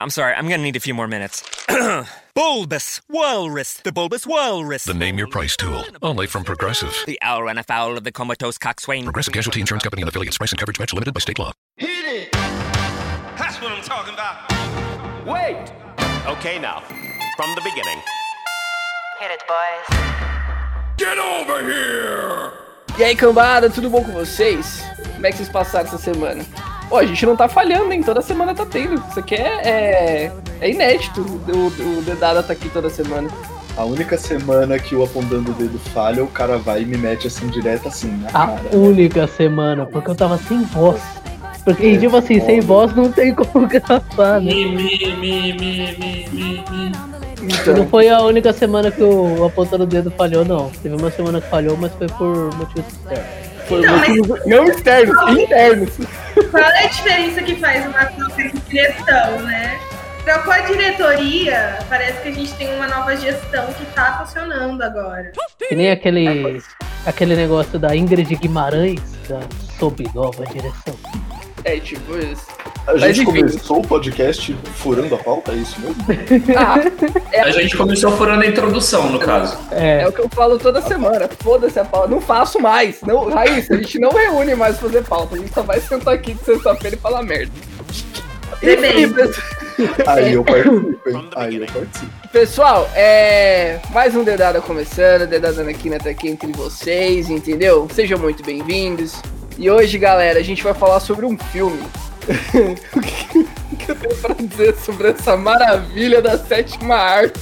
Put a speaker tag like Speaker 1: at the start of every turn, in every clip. Speaker 1: I'm sorry, I'm gonna need a few more minutes. bulbous Walrus, the Bulbous Walrus.
Speaker 2: The name your price tool. Only from Progressive.
Speaker 1: The owl ran afoul of the comatose coxswain.
Speaker 2: Progressive Casualty Insurance Company and affiliates. Price and coverage match limited by state law.
Speaker 3: That's what I'm talking about.
Speaker 4: Wait! Okay, now, from the beginning.
Speaker 5: Hit it, boys.
Speaker 4: E aí, cambada, tudo bom com vocês? Como é que vocês passaram essa semana? Ó, a gente não tá falhando, hein? Toda semana tá tendo. Isso aqui é, é, é inédito. O, o Dedada tá aqui toda semana.
Speaker 6: A única semana que o apontando o dedo falha, o cara vai e me mete assim direto assim na
Speaker 7: A
Speaker 6: cara.
Speaker 7: única semana, porque eu tava sem voz. Porque, e, tipo assim, sem voz não tem como gravar, né? Não foi a única semana que o Apontando o Dedo falhou, não. Teve uma semana que falhou, mas foi por motivos externos.
Speaker 4: Foi motivo- Não externos, internos.
Speaker 8: é Qual é a diferença que faz uma troca de direção, né? Trocou a diretoria, parece que a gente tem uma nova gestão que tá funcionando agora.
Speaker 7: Que nem aquele, aquele negócio da Ingrid Guimarães, da sob nova direção.
Speaker 4: É tipo isso.
Speaker 6: A
Speaker 4: Mas
Speaker 6: gente
Speaker 4: enfim.
Speaker 6: começou o podcast furando a pauta, é isso mesmo?
Speaker 9: A gente começou furando a introdução, no caso.
Speaker 7: É,
Speaker 4: É o que eu falo toda semana. Foda-se a pauta. Não faço mais. Não, Raíssa, a gente não reúne mais pra fazer pauta. A gente só vai sentar aqui de sexta-feira e falar merda.
Speaker 8: Bebê.
Speaker 4: pessoal.
Speaker 6: Aí eu participo, hein?
Speaker 4: From the
Speaker 6: Aí eu participo.
Speaker 4: Pessoal, é. Mais um Dedada começando, Dedada Naquina tá aqui entre vocês, entendeu? Sejam muito bem-vindos. E hoje, galera, a gente vai falar sobre um filme. o que, o que eu tenho pra dizer sobre essa maravilha da sétima arte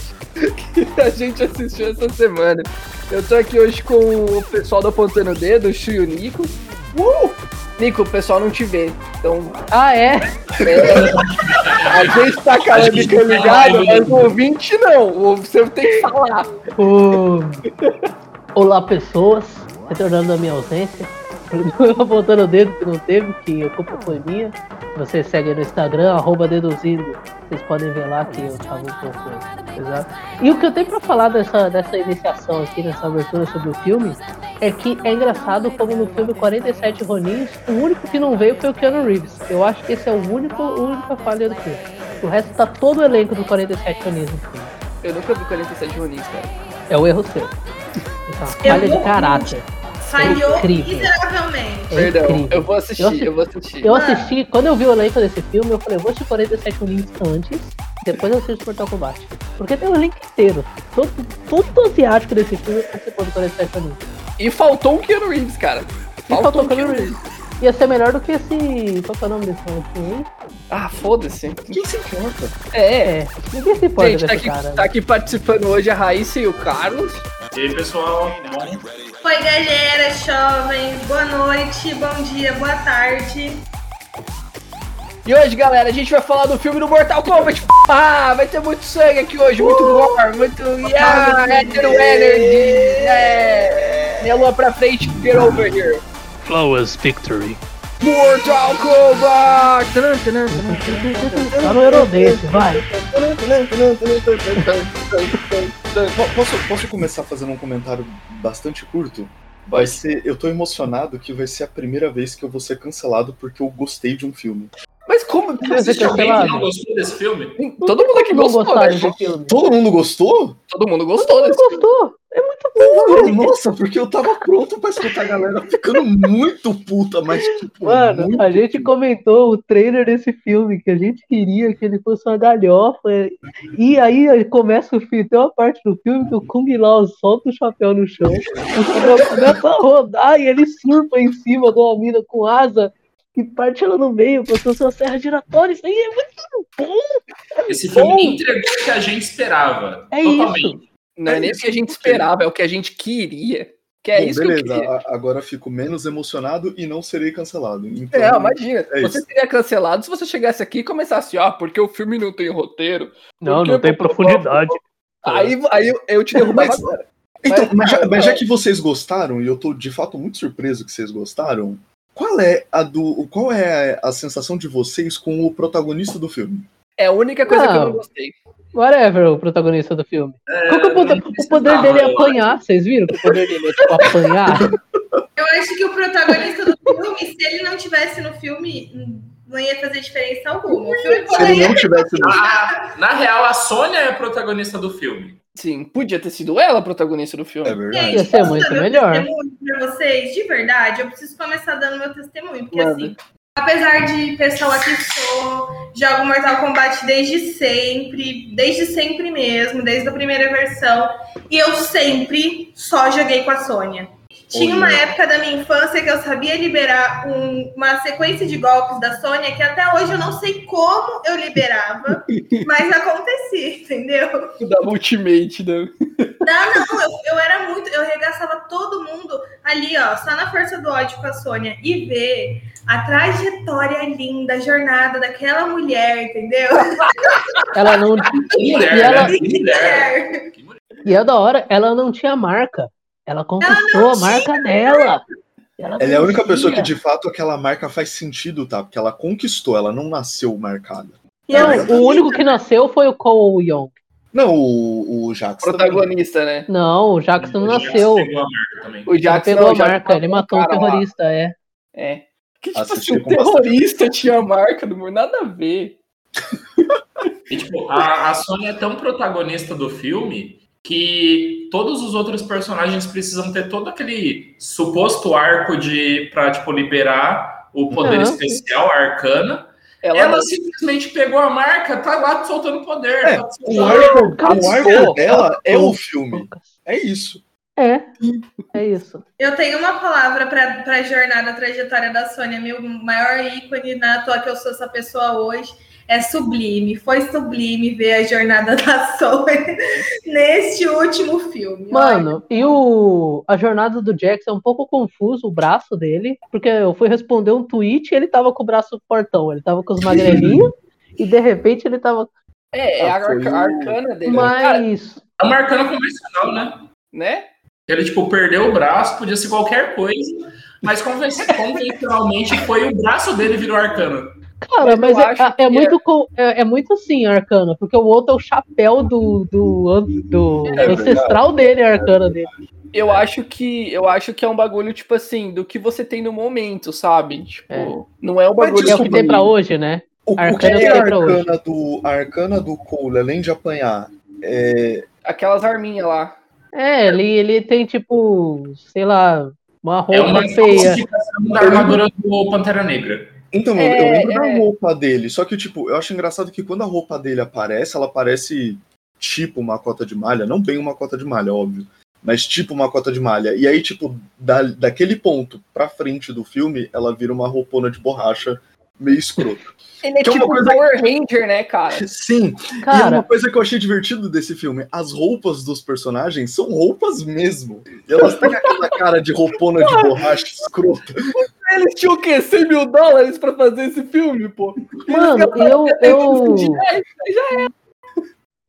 Speaker 4: que a gente assistiu essa semana? Eu tô aqui hoje com o pessoal do Apontando o Dedo, o Chu e o Nico. Uh! Nico, o pessoal não te vê. Então,
Speaker 7: Ah, é?
Speaker 4: a gente tá calando e ligado, mas o ouvinte não. O ouvinte você tem que falar.
Speaker 7: O... Olá, pessoas. Retornando da minha ausência. Apontando o dedo que não teve, que a culpa foi minha. Você segue no Instagram, arroba deduzindo. Vocês podem ver lá que eu tava um pouco pesado. E o que eu tenho pra falar dessa, dessa iniciação aqui, nessa abertura sobre o filme, é que é engraçado como no filme 47 Ronins, o único que não veio foi o Keanu Reeves. Eu acho que esse é o único, única falha do filme. O resto tá todo o elenco do 47 Ronins no filme.
Speaker 4: Eu nunca vi 47 Ronins, cara.
Speaker 7: É o erro seu. Essa
Speaker 8: Eu
Speaker 7: falha
Speaker 8: vou-
Speaker 7: de caráter.
Speaker 4: tipo, é
Speaker 8: Falhou
Speaker 7: Incrível.
Speaker 8: miseravelmente.
Speaker 7: É
Speaker 4: Perdão,
Speaker 7: incrível.
Speaker 4: eu vou assistir,
Speaker 7: Eu
Speaker 4: eu,
Speaker 7: assisti-
Speaker 4: vou assistir.
Speaker 7: Eu assisti, quando eu vi o elenco desse filme, eu falei, eu vou assistir 47 links antes, depois eu assisto Mortal Kombat. Porque tem o elenco inteiro. Todo, todo asiático desse filme participou do 47 links.
Speaker 4: E faltou o Keanu Reeves, cara. um
Speaker 7: E faltou o
Speaker 4: Keanu
Speaker 7: Keanu Reeves. Ia ser melhor do que esse. Qual que é o nome desse filme? aqui, hein?
Speaker 4: Ah, foda-se.
Speaker 6: Quem se importa?
Speaker 4: É, é.
Speaker 7: É, ninguém se importa
Speaker 4: Gente, tá
Speaker 7: desse
Speaker 4: aqui,
Speaker 7: cara. né?
Speaker 4: tá aqui participando hoje a Raíssa e o Carlos.
Speaker 9: E aí, pessoal?
Speaker 8: Foi galera, jovens, boa noite, bom dia, boa tarde.
Speaker 4: E hoje, galera, a gente vai falar do filme do Mortal Kombat. Ah, vai ter muito sangue aqui hoje, muito
Speaker 9: Uh!
Speaker 4: gore, muito. Yeah, hétero energy. É. Minha lua pra frente, get over here.
Speaker 3: Flowers Victory.
Speaker 4: Mortal Kombat! Tanã, tanã, tanã.
Speaker 7: Tá no Eurodance, vai.
Speaker 6: Po- Posso, posso começar fazendo um comentário bastante curto? Vai ser. Eu tô emocionado que vai ser a primeira vez que eu vou ser cancelado porque eu gostei de um filme.
Speaker 4: Mas como que
Speaker 7: Você
Speaker 4: você
Speaker 7: tá
Speaker 4: também?
Speaker 7: cancelado?
Speaker 9: Não gostou desse filme?
Speaker 4: é Todo mundo aqui
Speaker 7: Não
Speaker 4: gostou,
Speaker 7: gostaram
Speaker 4: né?
Speaker 7: desse filme.
Speaker 6: Todo mundo gostou?
Speaker 4: Todo mundo gostou desse filme.
Speaker 7: Gostou? É muito bom.
Speaker 6: Nossa, porque eu tava pronto pra escutar a galera ficando muito puta, mas tipo.
Speaker 7: Mano,
Speaker 6: muito
Speaker 7: a gente
Speaker 6: puta.
Speaker 7: comentou o trailer desse filme, que a gente queria que ele fosse uma galhofa. E aí começa o filme, tem uma parte do filme que o Kung Lao solta o chapéu no chão, o chapéu começa a rodar e ele surfa em cima de uma mina com asa e parte ela no meio, passou sua serra giratória. Isso aí é muito bom!
Speaker 9: Esse filme
Speaker 7: Bom.
Speaker 9: entregou o que a gente esperava.
Speaker 7: É
Speaker 9: totalmente.
Speaker 7: isso.
Speaker 4: Não é nem o que a gente esperava, é o que a gente queria. Que é
Speaker 6: Bom,
Speaker 4: isso
Speaker 6: beleza,
Speaker 4: que eu queria.
Speaker 6: a- agora fico menos emocionado e não serei cancelado. Então,
Speaker 4: É, imagina.
Speaker 6: É
Speaker 4: você
Speaker 6: isso.
Speaker 4: seria cancelado se você chegasse aqui e começasse, ah, porque o filme não tem roteiro.
Speaker 3: Não,
Speaker 4: Porque-
Speaker 3: não tem profundidade.
Speaker 4: Aí, aí eu, eu te
Speaker 6: É.
Speaker 4: derrubava
Speaker 6: Mas-
Speaker 4: agora.
Speaker 6: Então, mas, já, mas já que vocês gostaram, e eu tô de fato muito surpreso que vocês gostaram, Qual é a do. Qual é a sensação de vocês com o protagonista do filme?
Speaker 4: É a única coisa que eu não
Speaker 7: Não.
Speaker 4: gostei.
Speaker 7: Whatever, o protagonista do filme. Qual que é o poder, o poder
Speaker 9: tá
Speaker 7: dele é apanhar? Vocês viram que o poder dele é tipo apanhar?
Speaker 8: Eu acho que o protagonista do filme, se ele não tivesse no filme, hum, não ia fazer diferença alguma. O filme
Speaker 6: Se ele não
Speaker 8: poderia
Speaker 6: tivesse.
Speaker 9: Ah, na real, a Sônia é a protagonista do filme.
Speaker 4: Sim, podia ter sido ela a protagonista do filme.
Speaker 6: É verdade.
Speaker 7: Ia ser muito
Speaker 8: dar meu
Speaker 7: melhor.
Speaker 8: testemunho pra vocês, de verdade, eu preciso começar dando meu testemunho, porque
Speaker 4: Manda.
Speaker 8: assim, apesar de pessoa que sou, jogo Mortal Kombat desde sempre, desde sempre mesmo, desde a primeira versão, e eu sempre só joguei com a Sônia. Tinha uma época da minha infância que eu sabia liberar um- uma sequência de golpes da Sônia que até hoje eu não sei como eu liberava, mas acontecia, entendeu?
Speaker 4: Da Ultimate, né?
Speaker 8: Não, não, eu, eu era muito. Eu regaçava todo mundo ali, ó, só na força do ódio com a Sônia. E ver a trajetória linda, a jornada daquela mulher, entendeu?
Speaker 7: Ela não.
Speaker 9: Que mulher,
Speaker 7: E ela-
Speaker 9: né? Que mulher. Que mulher.
Speaker 7: E é da hora, ela não tinha marca. Ela conquistou a marca dela. Ela,
Speaker 6: Ela é a única
Speaker 7: não
Speaker 6: pessoa que
Speaker 7: tinha.
Speaker 6: de fato aquela marca faz sentido, tá? Porque ela conquistou, ela não nasceu marcada.
Speaker 8: E ela
Speaker 7: Não, o único que nasceu foi o Cole Young.
Speaker 6: Não, o, o Jax. também.
Speaker 4: Protagonista, né?
Speaker 7: Não, o Jackson não
Speaker 9: Já
Speaker 7: nasceu.
Speaker 9: pegou a marca também.
Speaker 4: O
Speaker 7: Ele
Speaker 4: Jackson
Speaker 7: pegou
Speaker 4: não,
Speaker 7: a
Speaker 4: o Jackson
Speaker 7: marca, ele matou um
Speaker 4: cara lá.
Speaker 7: terrorista, é.
Speaker 4: É. Que tipo
Speaker 6: Assistiu
Speaker 4: assim, um
Speaker 6: com bastante-
Speaker 4: terrorista tinha a marca do mundo, nada a ver.
Speaker 9: E, tipo, a, a Sônia é tão protagonista do filme que todos os outros personagens precisam ter todo aquele suposto arco de pra tipo, liberar o poder
Speaker 7: Não,
Speaker 9: especial, a arcana.
Speaker 4: Ela,
Speaker 9: Ela, simplesmente pegou a marca, tá lá soltando poder.
Speaker 6: É,
Speaker 9: tá
Speaker 6: O
Speaker 9: soltando-
Speaker 6: arco,
Speaker 7: Casou.
Speaker 6: o arco dela é o filme.
Speaker 7: Poucas.
Speaker 6: É isso.
Speaker 7: É, é isso.
Speaker 8: Eu tenho uma palavra pra, pra jornada, a trajetória da Sônia, meu maior ícone na toa que eu sou essa pessoa hoje. É sublime, foi sublime ver a jornada da Sônia neste último filme.
Speaker 7: Mano, e o a jornada do Jackson é um pouco confuso, o braço dele, porque eu fui responder um tweet e ele tava com o braço fortão, ele tava com os magrelinhos e de repente ele tava
Speaker 4: É, é a,
Speaker 6: Ah, foi
Speaker 4: arca-
Speaker 6: o-
Speaker 4: a arcana dele. Cara,
Speaker 7: mais
Speaker 9: É uma arcana convencional, né?
Speaker 4: né?
Speaker 9: Ele, tipo, perdeu o braço, podia ser qualquer coisa, mas conven- convencionalmente foi o braço dele virou arcana.
Speaker 7: Cara,
Speaker 4: Mas
Speaker 7: mas,
Speaker 4: eu
Speaker 7: é-
Speaker 4: acho
Speaker 7: é,
Speaker 4: que
Speaker 7: muito com- é, é muito assim, a Arcana, porque o outro é o chapéu do, do, do
Speaker 6: verdade.
Speaker 7: ancestral dele, a Arcana dele.
Speaker 4: Eu acho que eu acho que é um bagulho, tipo assim, do que você tem no momento, sabe? Tipo,
Speaker 7: É.
Speaker 4: não é um
Speaker 6: Mas
Speaker 4: bagulho.
Speaker 7: É o que tem pra hoje, né?
Speaker 6: O, o que
Speaker 7: Arcana
Speaker 6: é a
Speaker 7: tem pra hoje.
Speaker 6: arcana do, a arcana do Cole, além de apanhar? É,
Speaker 4: Aquelas arminhas lá.
Speaker 7: É, ele, ele tem tipo, sei lá, uma
Speaker 9: É
Speaker 7: roupa
Speaker 9: uma
Speaker 7: feia.
Speaker 9: falsificação da armadura do Pantera Negra.
Speaker 6: então, eu- eu
Speaker 4: É,
Speaker 6: lembro
Speaker 4: é.
Speaker 6: da roupa dele, só que, tipo, eu acho engraçado que quando a roupa dele aparece, ela aparece tipo uma cota de malha, não bem uma cota de malha, óbvio, mas tipo uma cota de malha. E aí, tipo, da, daquele ponto pra frente do filme, ela vira uma roupona de borracha meio escrota.
Speaker 4: Ele é
Speaker 6: Que é uma
Speaker 4: tipo um
Speaker 6: coisa-
Speaker 4: Power Ranger, né, cara?
Speaker 6: Sim, E uma
Speaker 7: Cara,
Speaker 6: coisa que eu achei divertido desse filme, as roupas dos personagens são roupas mesmo. E elas têm aquela cara de roupona de borracha escrota.
Speaker 4: Eles tinham o quê? 100 mil dólares pra fazer esse filme, pô?
Speaker 7: mano, eu. eu...
Speaker 4: Direto,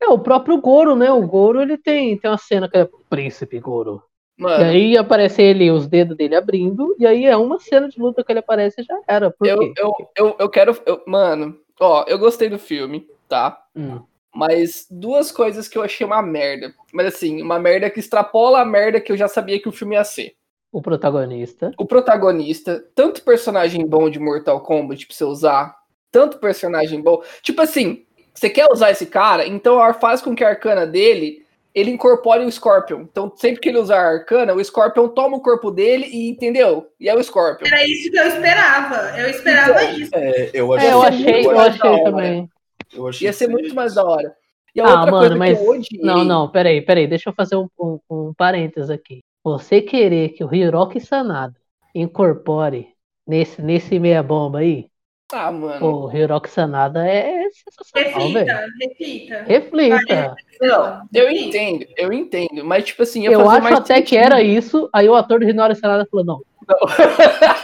Speaker 7: É, o próprio Goro, né? O Goro, ele tem, tem uma cena que é Príncipe Goro. E
Speaker 4: Mano,
Speaker 7: aí aparece ele, os dedos dele abrindo, e aí é uma cena de luta que ele aparece e já era. Por
Speaker 4: eu,
Speaker 7: quê?
Speaker 4: eu, eu, eu quero. eu- mano, ó, eu gostei do filme, tá?
Speaker 7: Hum.
Speaker 4: Mas duas coisas que eu achei uma merda. Mas assim, uma merda que extrapola a merda que eu já sabia que o filme ia ser.
Speaker 7: O protagonista.
Speaker 4: O protagonista, tanto personagem bom de Mortal Kombat pra você usar, tanto personagem bom. Tipo assim, você quer usar esse cara, então a- faz com que a arcana dele. Ele incorpore o Scorpion. Então, sempre que ele usar a arcana, o Scorpion toma o corpo dele e entendeu? E é o Scorpion.
Speaker 8: Era isso que eu esperava. Eu esperava
Speaker 7: Então,
Speaker 8: isso.
Speaker 6: É, eu
Speaker 7: É,
Speaker 4: Ia
Speaker 7: eu
Speaker 4: ser
Speaker 7: achei,
Speaker 4: muito mais
Speaker 7: eu
Speaker 4: da
Speaker 7: achei
Speaker 4: hora.
Speaker 7: também.
Speaker 6: eu achei
Speaker 4: Ia ser
Speaker 6: que-
Speaker 4: muito mais da hora. E a
Speaker 7: Ah,
Speaker 4: né? É outra
Speaker 7: mano,
Speaker 4: coisa
Speaker 7: mas-
Speaker 4: que eu odiei.
Speaker 7: Não, não, peraí, peraí, deixa eu fazer um, um, um parênteses aqui. Você querer que o Hiroki Sanada incorpore nesse, nesse meia bomba aí,
Speaker 4: Ah, mano.
Speaker 7: pô, o Hiroki Sanada é sensacional, velho.
Speaker 8: Reflita, reflita.
Speaker 7: Reflita.
Speaker 4: Não, eu entendo, eu entendo. Mas, tipo assim, ia
Speaker 7: Eu
Speaker 4: fazer
Speaker 7: acho
Speaker 4: mais
Speaker 7: até que
Speaker 4: sentido.
Speaker 7: era isso, aí o ator do Hiroki Sanada falou, não.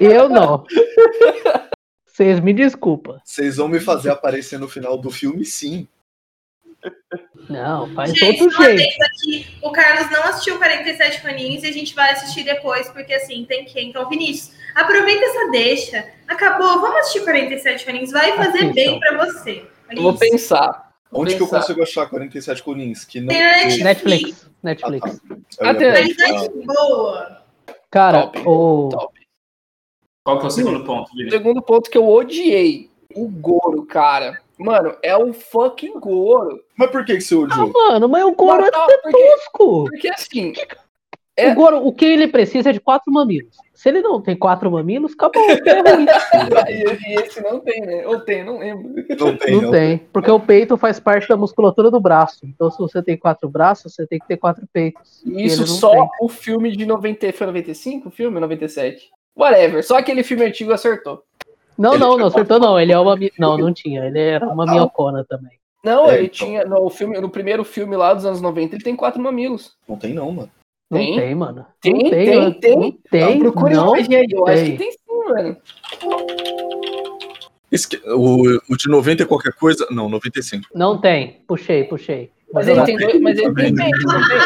Speaker 7: Eu não. Vocês me desculpam.
Speaker 6: Vocês vão me fazer aparecer no final do filme, sim.
Speaker 7: Não, faz
Speaker 8: Gente,
Speaker 7: outro
Speaker 8: nós
Speaker 7: jeito.
Speaker 8: temos aqui- o Carlos não assistiu 47 Maninhos e a gente vai assistir depois, porque assim, tem que. Então, Vinícius, aproveita essa deixa. Acabou, vamos assistir 47 Maninhos, vai fazer
Speaker 7: Assistam.
Speaker 8: bem pra você.
Speaker 4: Eu vou pensar. Vou
Speaker 6: Onde que eu
Speaker 4: pensar.
Speaker 6: consigo achar 47 Conins? Que não.
Speaker 8: Tem na Netflix.
Speaker 7: Netflix. Netflix.
Speaker 6: Eu ia
Speaker 4: Até-
Speaker 8: Qualidade
Speaker 6: perguntar.
Speaker 8: boa.
Speaker 7: Cara,
Speaker 4: Top.
Speaker 7: o.
Speaker 4: Top.
Speaker 9: Qual que é o segundo ponto, Vini?
Speaker 4: Segundo ponto que eu odiei. O Goro, cara. Mano, é o fucking Goro.
Speaker 6: Mas por que que você
Speaker 7: Ah,
Speaker 6: odiou?
Speaker 7: mano, mas o Goro é
Speaker 4: Não, porque,
Speaker 7: tosco.
Speaker 4: porque assim, É.
Speaker 7: O Goro, o que ele precisa é de quatro mamilos. Se ele não tem quatro mamilos, acabou. É ruim.
Speaker 4: e, e esse não tem, né? Ou tem, não lembro.
Speaker 6: Não tem,
Speaker 7: Não
Speaker 6: não.
Speaker 7: tem. Porque o peito faz parte da musculatura do braço. Então, se você tem quatro braços, você tem que ter quatro peitos.
Speaker 4: E
Speaker 7: E
Speaker 4: isso
Speaker 7: ele não
Speaker 4: só
Speaker 7: tem.
Speaker 4: o filme de 90, foi 95 o filme? 97? Whatever, só aquele filme antigo acertou.
Speaker 7: Não,
Speaker 6: Ele
Speaker 7: não,
Speaker 6: tinha
Speaker 7: não acertou, não. Ele é uma. mi- Não, não tinha. Ele era uma miocona também.
Speaker 4: Não,
Speaker 6: É,
Speaker 4: ele
Speaker 6: então.
Speaker 4: tinha. No, filme, no primeiro filme lá dos anos 90, ele tem quatro mamilos.
Speaker 6: Não tem, não, mano.
Speaker 7: Não
Speaker 4: Tem?
Speaker 7: tem, mano.
Speaker 4: Tem,
Speaker 7: não
Speaker 4: tem,
Speaker 7: mano.
Speaker 4: tem.
Speaker 7: Não tem.
Speaker 4: Procure
Speaker 7: não.
Speaker 4: hoje aí, eu acho
Speaker 7: tem.
Speaker 4: que tem sim, mano.
Speaker 6: Esque- O, o de 90 é qualquer coisa. Não, 95.
Speaker 7: Não tem. Puxei, puxei.
Speaker 4: Mas
Speaker 7: eu
Speaker 4: ele
Speaker 7: não-
Speaker 4: tem dois, mas ele tem
Speaker 6: Também, né?
Speaker 4: peitos, não tem?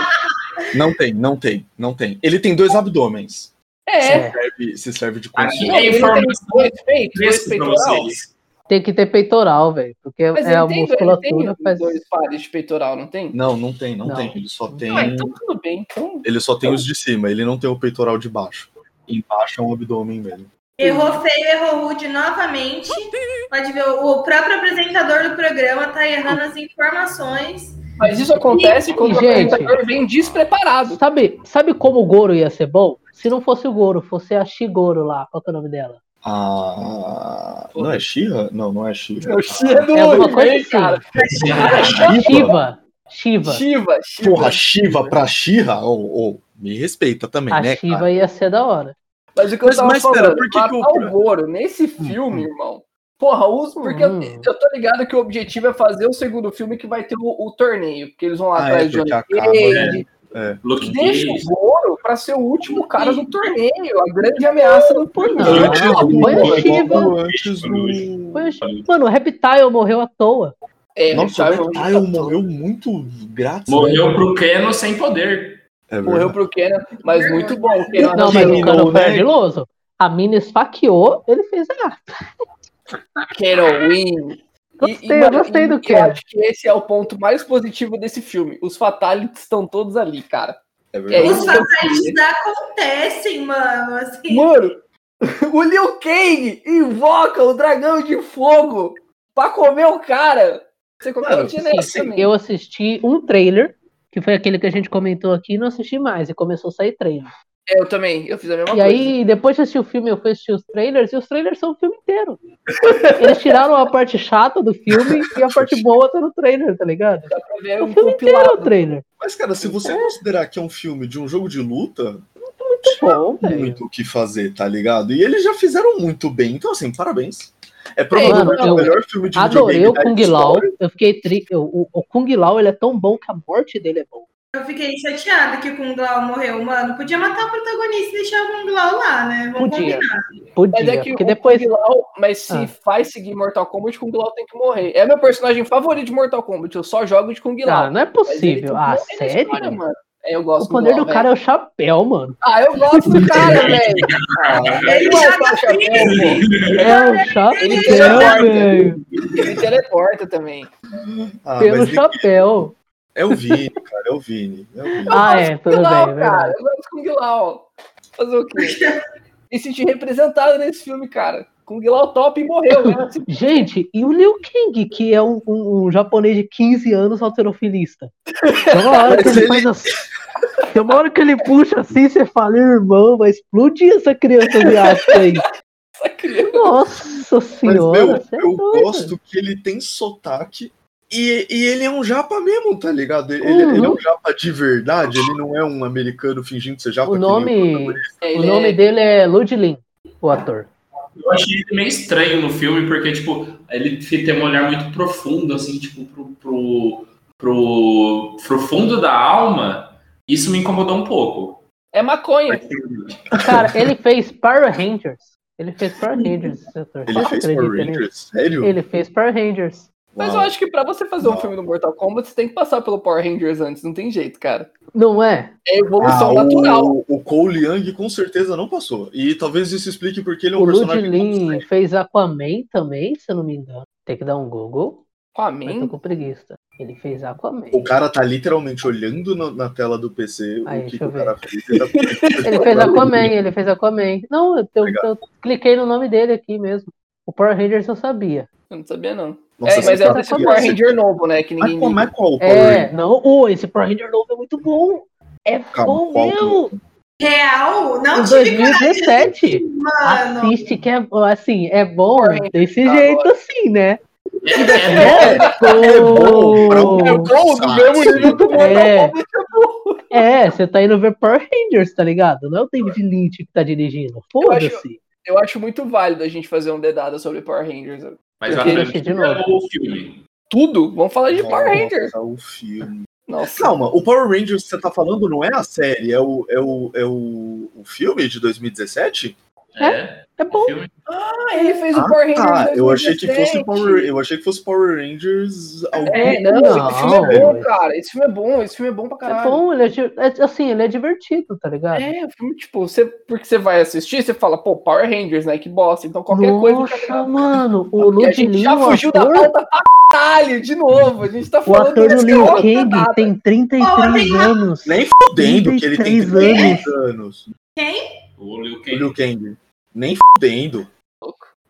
Speaker 6: Não tem, não tem, não tem. Ele tem dois abdômens.
Speaker 4: É.
Speaker 7: É,
Speaker 6: Serve- se serve de
Speaker 9: Aqui
Speaker 6: consolo.
Speaker 4: Não,
Speaker 9: é
Speaker 4: ele tem
Speaker 9: informação
Speaker 4: Dois peitos, dois
Speaker 9: fresca pra
Speaker 4: peitoral.
Speaker 9: vocês.
Speaker 7: Tem que ter peitoral, velho. Porque
Speaker 4: Mas
Speaker 7: é
Speaker 4: ele,
Speaker 7: a
Speaker 4: tem, dois- ele
Speaker 7: musculatura
Speaker 4: tem
Speaker 7: faz.
Speaker 4: dois pares de peitoral, não tem?
Speaker 6: Não, não tem, não,
Speaker 7: Não. tá.
Speaker 6: tem. Ele só tem.
Speaker 4: Ah, então tudo bem. Então,
Speaker 6: Ele só tem os de cima, ele não tem o peitoral de baixo. Embaixo é um abdômen, velho.
Speaker 8: Errou feio, errou rude novamente. Pode ver, o próprio apresentador do programa tá errando as informações.
Speaker 4: mas isso acontece quando o
Speaker 7: Gente.
Speaker 4: apresentador vem despreparado.
Speaker 7: Sabe, sabe como o Goro ia ser bom? Se não fosse o Goro, fosse a Shigoro lá. Qual que é o nome dela?
Speaker 6: Ah. Não é Xirra? Não, não é Xirra.
Speaker 7: É alguma
Speaker 4: né,
Speaker 7: coisa assim. Shiva. Shiva.
Speaker 4: Shiva, Shiva.
Speaker 6: Porra, Shiva pra Xirra? Ô, ô, me respeita também,
Speaker 7: A
Speaker 6: né? cara?
Speaker 7: Shiva ia ser da hora.
Speaker 4: Mas o que eu
Speaker 6: Mas-
Speaker 4: tava
Speaker 6: mas, pera,
Speaker 4: falando,
Speaker 6: por que
Speaker 4: matar
Speaker 6: que o- Hum.
Speaker 4: o Goro nesse filme, irmão. Porra, uso, porque eu,
Speaker 7: Hum.
Speaker 4: eu tô ligado que o objetivo é fazer o segundo filme que vai ter o, o torneio, porque eles vão lá
Speaker 6: Ah,
Speaker 4: atrás
Speaker 6: é,
Speaker 4: de Johnny
Speaker 6: porque acaba, né? É.
Speaker 4: Cage.
Speaker 9: Luke
Speaker 4: Deixa o
Speaker 9: Cage.
Speaker 4: Goro pra ser o último cara do torneio, a grande ameaça do torneio. É,
Speaker 7: Não. foi a Shiva.
Speaker 6: antes do.
Speaker 7: Foi a Shi- Mano, o Reptile morreu à toa.
Speaker 4: É,
Speaker 6: Nossa, ah,
Speaker 4: sabe,
Speaker 6: o Kyle morreu muito grátis.
Speaker 9: Morreu pro Keno sem poder.
Speaker 6: É
Speaker 4: morreu
Speaker 6: verdade.
Speaker 4: pro Kenan, mas muito bom. o Kenan
Speaker 7: Não, mas o
Speaker 6: Shiva,
Speaker 7: Cano foi
Speaker 6: né?
Speaker 7: ardiloso. A mina esfaqueou, ele fez. Ah,
Speaker 4: Kerowin.
Speaker 7: Gostei, eu gostei do
Speaker 4: Eu
Speaker 7: Kenan.
Speaker 4: acho que esse é o ponto mais positivo desse filme. Os fatalities estão todos ali, cara.
Speaker 6: É
Speaker 4: É
Speaker 6: verdade.
Speaker 4: isso
Speaker 8: Os
Speaker 4: que eu
Speaker 8: fatalities acontecem, mano. Assim.
Speaker 4: Mano, o Liu Kang invoca o dragão de fogo pra comer o cara. Você comeu
Speaker 6: Mano,
Speaker 4: o chinês né? também.
Speaker 7: Eu assisti um trailer, que foi aquele que a gente comentou aqui, e não assisti mais. E começou a sair trailer.
Speaker 4: É, eu também, eu fiz a mesma
Speaker 7: E
Speaker 4: coisa.
Speaker 7: aí, depois de assistir o filme, eu fui assistir os trailers, e os trailers são o filme inteiro. Eles tiraram a parte chata do filme e a parte boa tá no trailer, tá ligado?
Speaker 4: Dá pra ver
Speaker 7: O
Speaker 4: um
Speaker 7: filme inteiro é o
Speaker 4: compilado.
Speaker 7: trailer.
Speaker 6: Mas, cara, se você considerar que é um filme de um jogo de luta,
Speaker 7: Muito bom, velho.
Speaker 6: muito o que fazer, tá ligado? E eles já fizeram muito bem, então, assim, parabéns. É
Speaker 7: Mano,
Speaker 6: provavelmente o
Speaker 7: eu
Speaker 6: melhor filme de
Speaker 4: Tipo
Speaker 7: Adorei o
Speaker 6: da
Speaker 7: Kung
Speaker 6: história.
Speaker 7: Lao. Eu fiquei triste. O, o Kung Lao ele é tão bom que a morte dele é bom.
Speaker 8: Eu fiquei chateada que o Kung Lao morreu, mano. Podia matar o protagonista e deixar o Kung Lao lá, né? Vamos
Speaker 7: Podia.
Speaker 8: combinar.
Speaker 7: Podia.
Speaker 4: é Mas é que
Speaker 7: porque
Speaker 4: o
Speaker 7: depois.
Speaker 4: Kung Lao, mas se
Speaker 7: Ah.
Speaker 4: faz seguir Mortal Kombat, Kung Lao tem que morrer. É meu personagem favorito de Mortal Kombat, eu só jogo de Kung Lao.
Speaker 7: Ah, não
Speaker 4: Mas
Speaker 7: é
Speaker 4: ele tem um
Speaker 7: possível.
Speaker 4: que
Speaker 7: Ah,
Speaker 4: morrer na
Speaker 7: sério?
Speaker 4: história, mano. É, eu gosto
Speaker 7: O poder
Speaker 4: Lao,
Speaker 7: do cara é o chapéu, mano.
Speaker 4: velho. Ah, eu gosto do cara, velho.
Speaker 6: Ah,
Speaker 4: Ele não é só o chapéu, pô.
Speaker 7: É o
Speaker 4: Ele
Speaker 7: chapéu,
Speaker 4: teleporta.
Speaker 7: velho.
Speaker 4: Ele teleporta também.
Speaker 6: Ah,
Speaker 7: Pelo
Speaker 6: mas nem-
Speaker 7: chapéu.
Speaker 6: é o Vini, cara, é o Vini. É o Vini.
Speaker 7: Ah, é, tudo
Speaker 4: Kung
Speaker 7: bem,
Speaker 4: Lao,
Speaker 7: é
Speaker 4: cara.
Speaker 7: verdade.
Speaker 4: Eu gosto do Kung Lao. Fazer o quê? Me senti representado nesse filme, cara. Kung Lao top e morreu, né?
Speaker 7: Gente, e o Liu Kang, que é um, um- um japonês de 15 anos alterofilista. Tem uma hora que
Speaker 6: Mas
Speaker 7: ele
Speaker 6: ele-
Speaker 7: faz assim. Tem uma hora que ele puxa assim, você fala, irmão, vai explodir essa criança de asco aí.
Speaker 4: Essa tá criança.
Speaker 7: Nossa
Speaker 6: Mas,
Speaker 7: senhora.
Speaker 6: meu,
Speaker 7: você é
Speaker 6: eu
Speaker 7: doido.
Speaker 6: gosto que ele tem sotaque e, e ele é um japa mesmo, tá ligado? Ele, ele-
Speaker 7: Uhum.
Speaker 6: ele é um japa de verdade, ele não é um americano fingindo ser japa.
Speaker 7: O
Speaker 6: que
Speaker 7: nome, o
Speaker 4: Ele
Speaker 7: nome
Speaker 4: é-
Speaker 7: dele é Ludlin, o ator.
Speaker 9: Eu achei ele meio estranho no filme, porque, tipo, ele fi- tem um olhar muito profundo, assim, tipo, pro, pro, pro, pro fundo da alma. Isso me incomodou um pouco.
Speaker 4: é maconha.
Speaker 7: Cara, ele fez Power Rangers. Ele fez Power Rangers, esse ator.
Speaker 6: Ele, ele
Speaker 7: Você
Speaker 6: fez
Speaker 7: acredita
Speaker 6: Power
Speaker 7: nisso?
Speaker 6: Rangers? Sério?
Speaker 7: Ele fez Power Rangers.
Speaker 4: Mas eu
Speaker 6: Uau.
Speaker 4: acho que pra você fazer um filme do Mortal Kombat, você tem que passar pelo Power Rangers antes, não tem jeito, cara.
Speaker 7: Não é?
Speaker 4: É evolução
Speaker 6: Ah,
Speaker 4: natural.
Speaker 6: O, o Cole Young com certeza não passou. E talvez isso explique porque ele é um
Speaker 7: O Lud
Speaker 6: personagem.
Speaker 7: Lin fez Aquaman também, se eu não me engano. Tem que dar um Google. Mas tô
Speaker 4: Aquaman?
Speaker 7: com preguiça. Ele fez Aquaman.
Speaker 6: O cara tá literalmente olhando na, na tela do PC
Speaker 7: Aí,
Speaker 6: o que,
Speaker 7: deixa
Speaker 6: que
Speaker 7: eu
Speaker 6: o
Speaker 7: ver.
Speaker 6: cara fez. Ele, tá-
Speaker 7: Ele fez Aquaman, ele fez Aquaman. Não, eu, eu-
Speaker 6: Obrigado.
Speaker 7: eu cliquei no nome dele aqui mesmo. O Power Rangers eu sabia.
Speaker 4: Eu não sabia, não.
Speaker 6: Nossa,
Speaker 4: é, mas
Speaker 6: você
Speaker 4: é
Speaker 6: tá
Speaker 4: esse
Speaker 6: criança.
Speaker 4: Power Ranger novo, né? Que
Speaker 6: Mas
Speaker 4: ninguém.
Speaker 6: como é qual o Power
Speaker 7: É,
Speaker 6: Ranger?
Speaker 7: não, ô, esse Power Ranger novo é muito bom. É
Speaker 6: Calma,
Speaker 7: bom,
Speaker 6: qual
Speaker 7: meu!
Speaker 8: Real? Não
Speaker 7: Em
Speaker 8: tive coragem,
Speaker 7: 2017.
Speaker 8: mano.
Speaker 7: Assiste que é, assim, é bom
Speaker 4: Power Rangers,
Speaker 7: desse
Speaker 4: Ah, tá
Speaker 7: jeito assim, né?
Speaker 6: É, é bom pra um
Speaker 4: É bom, do mesmo nível que o
Speaker 7: É.
Speaker 4: Mortal Kombat é bom.
Speaker 7: É, você tá indo ver Power Rangers, tá ligado? Não é o David Lynch que tá dirigindo. Foda-se.
Speaker 4: Eu acho muito válido a gente fazer um dedada sobre Power Rangers.
Speaker 9: Mas
Speaker 7: Eu
Speaker 9: a
Speaker 7: queria
Speaker 9: franquia
Speaker 7: assistir de novo.
Speaker 9: ou o filme?
Speaker 4: Tudo? Vamos falar de Power Rangers.
Speaker 6: Nossa, o filme.
Speaker 4: Nossa.
Speaker 6: Calma, o Power Rangers que você tá falando não é a série, é o, é o, é o, o filme de 2017?
Speaker 9: É,
Speaker 7: É bom.
Speaker 9: o filme.
Speaker 4: Ah, ele fez o
Speaker 6: Ah,
Speaker 4: Power Rangers.
Speaker 6: tá. Eu achei que fosse
Speaker 4: 2017.
Speaker 6: Power, eu achei que fosse Power Rangers algum
Speaker 4: É, não, esse filme é
Speaker 7: Não,
Speaker 4: bom,
Speaker 7: mas-
Speaker 4: cara. Esse filme é bom, esse filme é bom pra
Speaker 7: É
Speaker 4: caralho.
Speaker 7: bom, ele é, di- é- assim, ele é divertido, tá ligado?
Speaker 4: É, o filme, tipo, você, porque você vai assistir, você fala, pô, Power Rangers, né? Que bosta. Então qualquer coisa.
Speaker 7: Nossa,
Speaker 4: que eu-
Speaker 7: mano, o
Speaker 4: E a
Speaker 7: Lud
Speaker 4: gente
Speaker 7: Lin,
Speaker 4: já
Speaker 7: o
Speaker 4: fugiu da
Speaker 7: ator,
Speaker 4: pauta pra caralho, de novo. A gente tá
Speaker 7: o
Speaker 4: falando
Speaker 7: ator do
Speaker 4: desse
Speaker 7: Liu
Speaker 4: outro
Speaker 7: Kang
Speaker 4: nada.
Speaker 7: tem
Speaker 8: Porra,
Speaker 7: 33
Speaker 8: tem
Speaker 7: anos.
Speaker 6: Nem fudendo que ele tem
Speaker 7: 33
Speaker 6: 33 anos.
Speaker 8: Quem?
Speaker 9: O Liu
Speaker 6: O
Speaker 9: Kang.
Speaker 6: Liu Kang. Nem fudendo.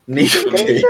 Speaker 6: Nem fudendo.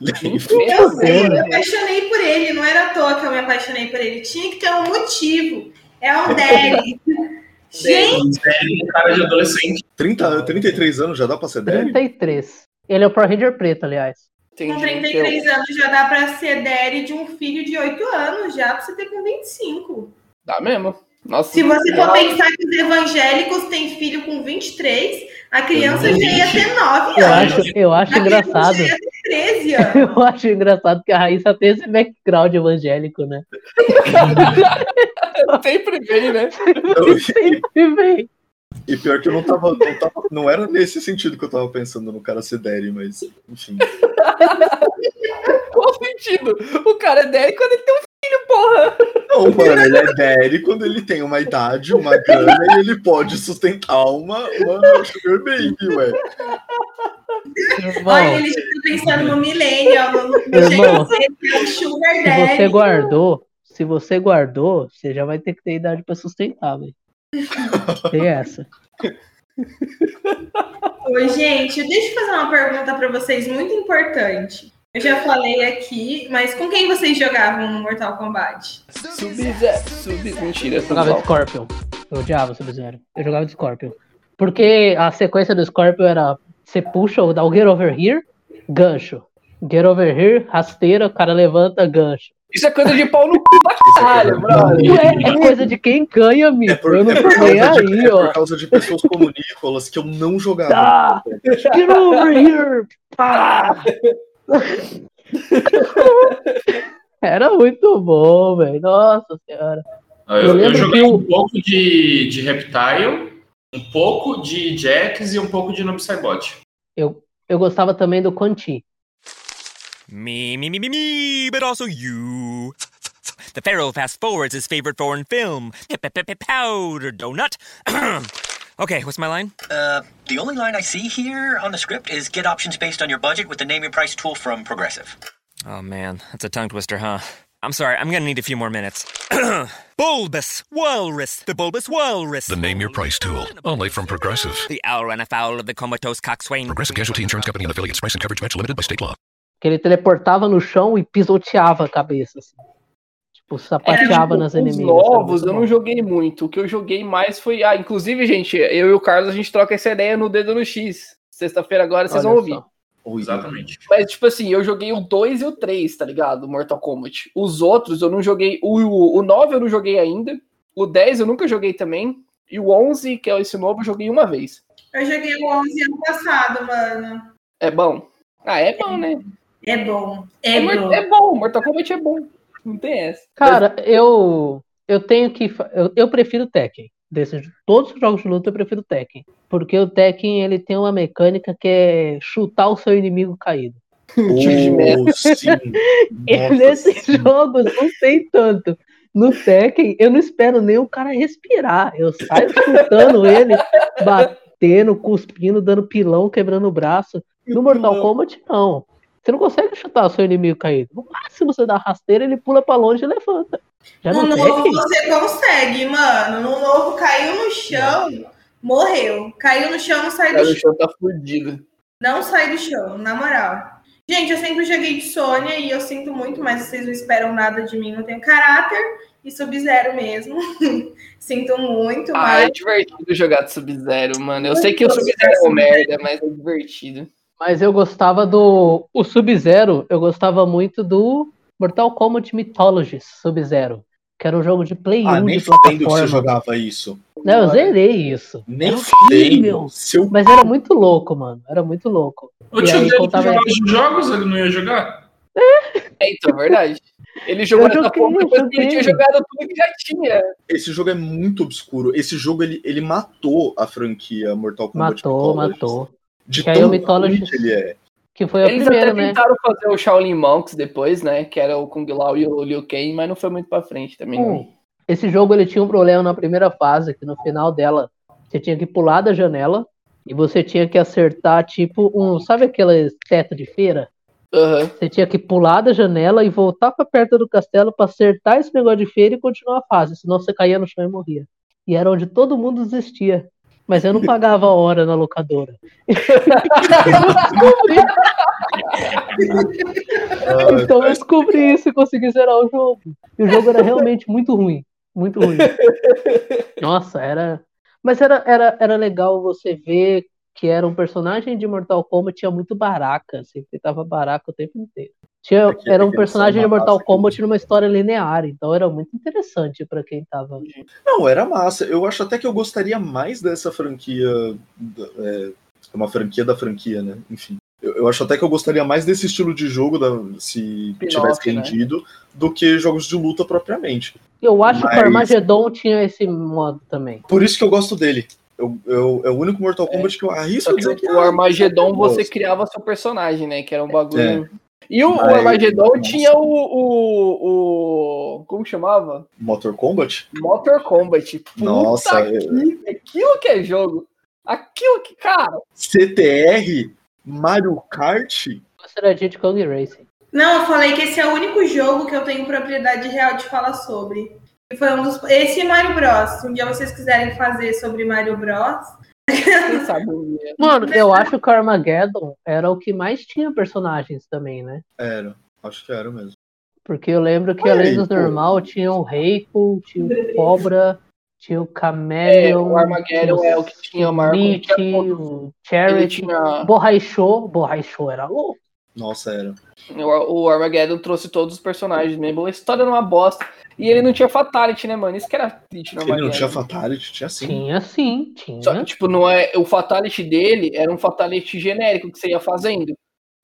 Speaker 6: Nem fudendo.
Speaker 4: Meu
Speaker 7: Deus.
Speaker 8: Eu me apaixonei por ele, não era à toa que eu me apaixonei por ele. Tinha que ter um motivo. É um Derry. Gente,
Speaker 9: Tem um cara de adolescente.
Speaker 6: 30, 33 anos já dá pra ser Derry?
Speaker 7: 33. Ele é o Power Ranger preto, aliás.
Speaker 4: Entendi,
Speaker 8: com
Speaker 4: eu-
Speaker 8: 33 anos já dá pra ser Derry de um filho de 8 anos, já pra você ter com 25.
Speaker 4: Dá mesmo. Nossa,
Speaker 8: Se você for
Speaker 4: Nossa.
Speaker 8: pensar que os evangélicos têm filho com 23, a criança já ia ter 9
Speaker 7: Eu
Speaker 8: anos.
Speaker 7: acho, eu acho
Speaker 8: A criança
Speaker 7: engraçado.
Speaker 8: já ia ter 13 anos.
Speaker 7: Eu acho engraçado que a Raíssa tem esse background evangélico, né?
Speaker 4: Sempre vem, né?
Speaker 7: Sempre vem.
Speaker 6: E pior que eu não tava, não tava- Não era nesse sentido que eu tava pensando no cara ser Derry, mas. Enfim.
Speaker 4: Qual sentido? O cara é dele quando ele tem um filho, porra.
Speaker 6: Não, mano, ele é Derry quando ele tem uma idade, uma grana e ele pode sustentar uma. Uma sugar baby, ué.
Speaker 8: Olha,
Speaker 7: Irmão,
Speaker 8: ele já tá pensando no millennial, no, no
Speaker 7: Irmão,
Speaker 8: Gen Z, que é o Sugar
Speaker 7: se você
Speaker 8: Daddy.
Speaker 7: guardou, se você guardou, você já vai ter que ter idade pra sustentar, velho. Tem essa.
Speaker 8: Oi, gente, deixa eu fazer uma pergunta pra vocês muito importante. Eu já falei aqui, mas com quem vocês jogavam no Mortal Kombat?
Speaker 4: Sub-Zé, sub é, Mentira,
Speaker 7: Eu jogava de
Speaker 4: sub
Speaker 7: Scorpion. Eu odiava Sub-Zero. Eu jogava de Scorpion. Porque a sequência do Scorpion era você puxa ou dá o Get Over Here, gancho. Get Over Here, rasteira, o cara levanta, gancho.
Speaker 4: Isso é coisa de pau no cu pra
Speaker 7: é
Speaker 4: caralho, brother.
Speaker 7: Ué, é coisa de quem ganha, amigo.
Speaker 6: É por,
Speaker 7: eu não
Speaker 6: é
Speaker 7: tô
Speaker 6: por
Speaker 7: nem
Speaker 6: causa de,
Speaker 7: aí,
Speaker 6: é por
Speaker 7: ó.
Speaker 6: causa de pessoas como o Nicolas que eu não jogava.
Speaker 7: Tá. Get over here! Pá! Era muito bom, velho. Nossa senhora.
Speaker 9: Eu,
Speaker 7: Eu
Speaker 9: eu
Speaker 7: lembro
Speaker 9: joguei
Speaker 7: que o-
Speaker 9: um pouco de, de Reptile, um pouco de Jax e um pouco de Nobsaibot.
Speaker 7: Eu, eu gostava também do Quanti.
Speaker 1: Me, me, me, me, me, but also you. The Pharaoh fast forwards his favorite foreign film. Powder donut. okay, what's my line?
Speaker 10: Uh, the only line I see here on the script is get options based on your budget with the name your price tool from Progressive.
Speaker 1: Oh man, that's a tongue twister, huh? I'm sorry, I'm gonna need a few more minutes. bulbous Walrus, the Bulbous Walrus.
Speaker 2: The Name Your Price tool. Only from Progressive.
Speaker 1: The owl ran afoul of the comatose coxswain.
Speaker 2: Progressive Casualty Insurance Company and affiliates. Price and coverage match limited by state law.
Speaker 7: Que ele teleportava no chão e pisoteava a cabeça. assim. Tipo, sapateava nas
Speaker 4: É, Os
Speaker 7: inimigas. era
Speaker 4: novos, eu
Speaker 7: tá muito bom.
Speaker 4: não joguei muito. O que eu joguei mais foi. Ah, inclusive, gente, eu e o Carlos, a gente troca essa ideia no dedo no X. Sexta-feira agora vocês
Speaker 7: Olha
Speaker 4: vão ouvir.
Speaker 7: só.
Speaker 6: Ui,
Speaker 9: Exatamente.
Speaker 4: Mas, tipo assim, eu joguei o 2 e o 3, tá ligado? Mortal Kombat. Os outros eu não joguei. O, o 9 eu não joguei ainda. O 10 eu nunca joguei também. E o 11, que é esse novo, eu joguei uma vez.
Speaker 8: Eu joguei o 11 ano passado, mano.
Speaker 4: É bom. Ah, é bom, né?
Speaker 8: É bom, é,
Speaker 4: É,
Speaker 8: bom.
Speaker 4: mor- é bom. Mortal Kombat é bom. Não tem essa.
Speaker 7: Cara, eu eu tenho que fa- eu, eu prefiro Tekken. Desses todos os jogos de luta eu prefiro Tekken, porque o Tekken ele tem uma mecânica que é chutar o seu inimigo caído.
Speaker 6: Time Tipo de merda. sim.
Speaker 7: E
Speaker 6: Nossa,
Speaker 7: nesses jogos não tem tanto. No Tekken, eu não espero nem o cara respirar. Eu saio chutando ele, batendo, cuspindo, dando pilão, quebrando o braço. No Mortal Kombat, não. Você não consegue chutar o seu inimigo caído. No máximo você dá rasteira, ele pula pra longe e levanta. Já
Speaker 8: No
Speaker 7: no
Speaker 8: novo
Speaker 7: Tekken,
Speaker 8: você consegue, mano. No novo caiu no chão, morreu. Caiu no chão, não sai
Speaker 4: Cara,
Speaker 8: do
Speaker 4: o
Speaker 8: chão.
Speaker 4: chão tá fudido.
Speaker 8: Não sai do chão, na moral. Gente, eu sempre joguei de Sônia e eu sinto muito, mas vocês não esperam nada de mim, não tenho caráter. E Sub-Zero mesmo. sinto muito,
Speaker 4: Ah,
Speaker 8: mas.
Speaker 4: é divertido jogar de Sub-Zero, mano. Eu sei que o Sub-Zero é uma merda, mas é divertido.
Speaker 7: Mas eu gostava do. O Sub-Zero, eu gostava muito do Mortal Kombat Mythologies Sub-Zero. Que era um jogo de Play 1
Speaker 6: Ah, nem
Speaker 7: de
Speaker 6: fudendo que você
Speaker 7: plataforma.
Speaker 6: jogava isso.
Speaker 7: Não, eu zerei isso.
Speaker 6: Nem
Speaker 7: Era
Speaker 6: fudendo.
Speaker 7: É horrível.
Speaker 6: Seu
Speaker 7: Mas era muito louco, mano. Era muito louco.
Speaker 9: O
Speaker 7: E
Speaker 9: tio
Speaker 7: aí
Speaker 9: dele que
Speaker 7: contava-
Speaker 9: jogava os jogos, ele não ia jogar?
Speaker 4: É, então, é verdade. Ele jogou
Speaker 7: Eu
Speaker 4: nessa
Speaker 7: joguei,
Speaker 4: porra
Speaker 7: eu
Speaker 4: depois que ele
Speaker 7: joguei.
Speaker 4: tinha jogado tudo que já tinha.
Speaker 6: Esse jogo é muito obscuro. Esse jogo ele, ele matou a franquia Mortal Kombat.
Speaker 7: Matou,
Speaker 6: Mythologies.
Speaker 7: matou.
Speaker 6: De
Speaker 7: Que
Speaker 6: que
Speaker 7: aí
Speaker 6: tão
Speaker 7: o Mythologies-
Speaker 6: ruim que ele é.
Speaker 7: Que foi o
Speaker 4: Eles
Speaker 7: primeiro,
Speaker 4: até
Speaker 7: né?
Speaker 4: tentaram fazer o Shaolin Monks depois, né? Que era o Kung Lao e o Liu Kang, mas não foi muito pra frente também. não.
Speaker 7: Hum. Esse jogo ele tinha um problema na primeira fase, que no final dela você tinha que pular da janela e você tinha que acertar, tipo, um. Sabe aquele teto de feira?
Speaker 4: Aham.
Speaker 7: Você tinha que pular da janela e voltar pra perto do castelo pra acertar esse negócio de feira e continuar a fase, senão você caía no chão e morria. E era onde todo mundo desistia. Mas eu não pagava a hora na locadora. então
Speaker 6: tá Ah,
Speaker 7: eu descobri isso e consegui zerar o jogo. E o jogo era realmente muito ruim. Muito ruim. Nossa, era. Mas era, era, era legal você ver que era um personagem de Mortal Kombat, tinha muito baraca, sempre tava baraca o tempo inteiro. Tinha,
Speaker 6: Aqui-
Speaker 7: era um
Speaker 6: aqui só
Speaker 7: personagem de
Speaker 6: uma
Speaker 7: Mortal
Speaker 6: massa que-
Speaker 7: Kombat numa história linear, então era muito interessante pra quem tava.
Speaker 6: Não, era massa. Eu acho até que eu gostaria mais dessa franquia. da- É é uma franquia da franquia, né? Enfim. Eu, eu acho até que eu gostaria mais desse estilo de jogo, da- se tivesse
Speaker 4: né?
Speaker 6: rendido, do que jogos de luta propriamente.
Speaker 7: Eu acho que
Speaker 6: Mas-
Speaker 7: o Armagedon tinha esse modo também.
Speaker 6: Por isso que eu gosto dele. Eu, eu- é o único Mortal Kombat que eu arrisco
Speaker 4: Só
Speaker 6: dizer
Speaker 4: que
Speaker 6: que é
Speaker 4: o Armagedon
Speaker 6: eu
Speaker 4: você
Speaker 6: gosto.
Speaker 4: criava seu personagem, né? Que era um bagulho.
Speaker 6: É.
Speaker 4: E o, o
Speaker 6: Mas-
Speaker 4: Armagedon
Speaker 6: Nossa.
Speaker 4: tinha o, o, o- Como chamava?
Speaker 6: Motor Kombat?
Speaker 4: Motor Combat. Puta
Speaker 6: Nossa,
Speaker 4: que- aquilo que é jogo. Aquilo que, cara.
Speaker 6: CTR? Mario Kart?
Speaker 7: Você era Jet Kong Racing.
Speaker 8: Não, eu falei que esse é o único jogo que eu tenho propriedade real de falar sobre. E foi um dos. Esse e Mario Bros. Se um dia vocês quiserem fazer sobre Mario Bros.
Speaker 4: Quem sabe? um dia.
Speaker 7: Mano, eu acho que o Armageddon era o que mais tinha personagens também, né?
Speaker 6: Era, acho que era mesmo.
Speaker 7: Porque eu lembro que
Speaker 6: Olha
Speaker 7: além
Speaker 6: aí,
Speaker 7: dos
Speaker 6: pô.
Speaker 7: normal tinha o Reiko, tinha o Cobra, tinha o
Speaker 4: É,
Speaker 7: Chameleon.
Speaker 4: o Armageddon é o que tinha o maior.
Speaker 7: Nietzsche,
Speaker 4: Ele
Speaker 7: o Charity,
Speaker 4: tinha.
Speaker 7: Borrachou, Borrachou era louco.
Speaker 6: Nossa, era.
Speaker 4: O o Armageddon trouxe todos os personagens mesmo. A história era uma bosta. E ele não tinha Fatality, né, mano? Isso que era triste no
Speaker 6: Ele não
Speaker 4: Armageddon.
Speaker 6: tinha Fatality, tinha sim.
Speaker 7: Tinha é. sim, tinha.
Speaker 4: Só que, tipo, não é, o fatality dele era um fatality genérico que você ia fazendo.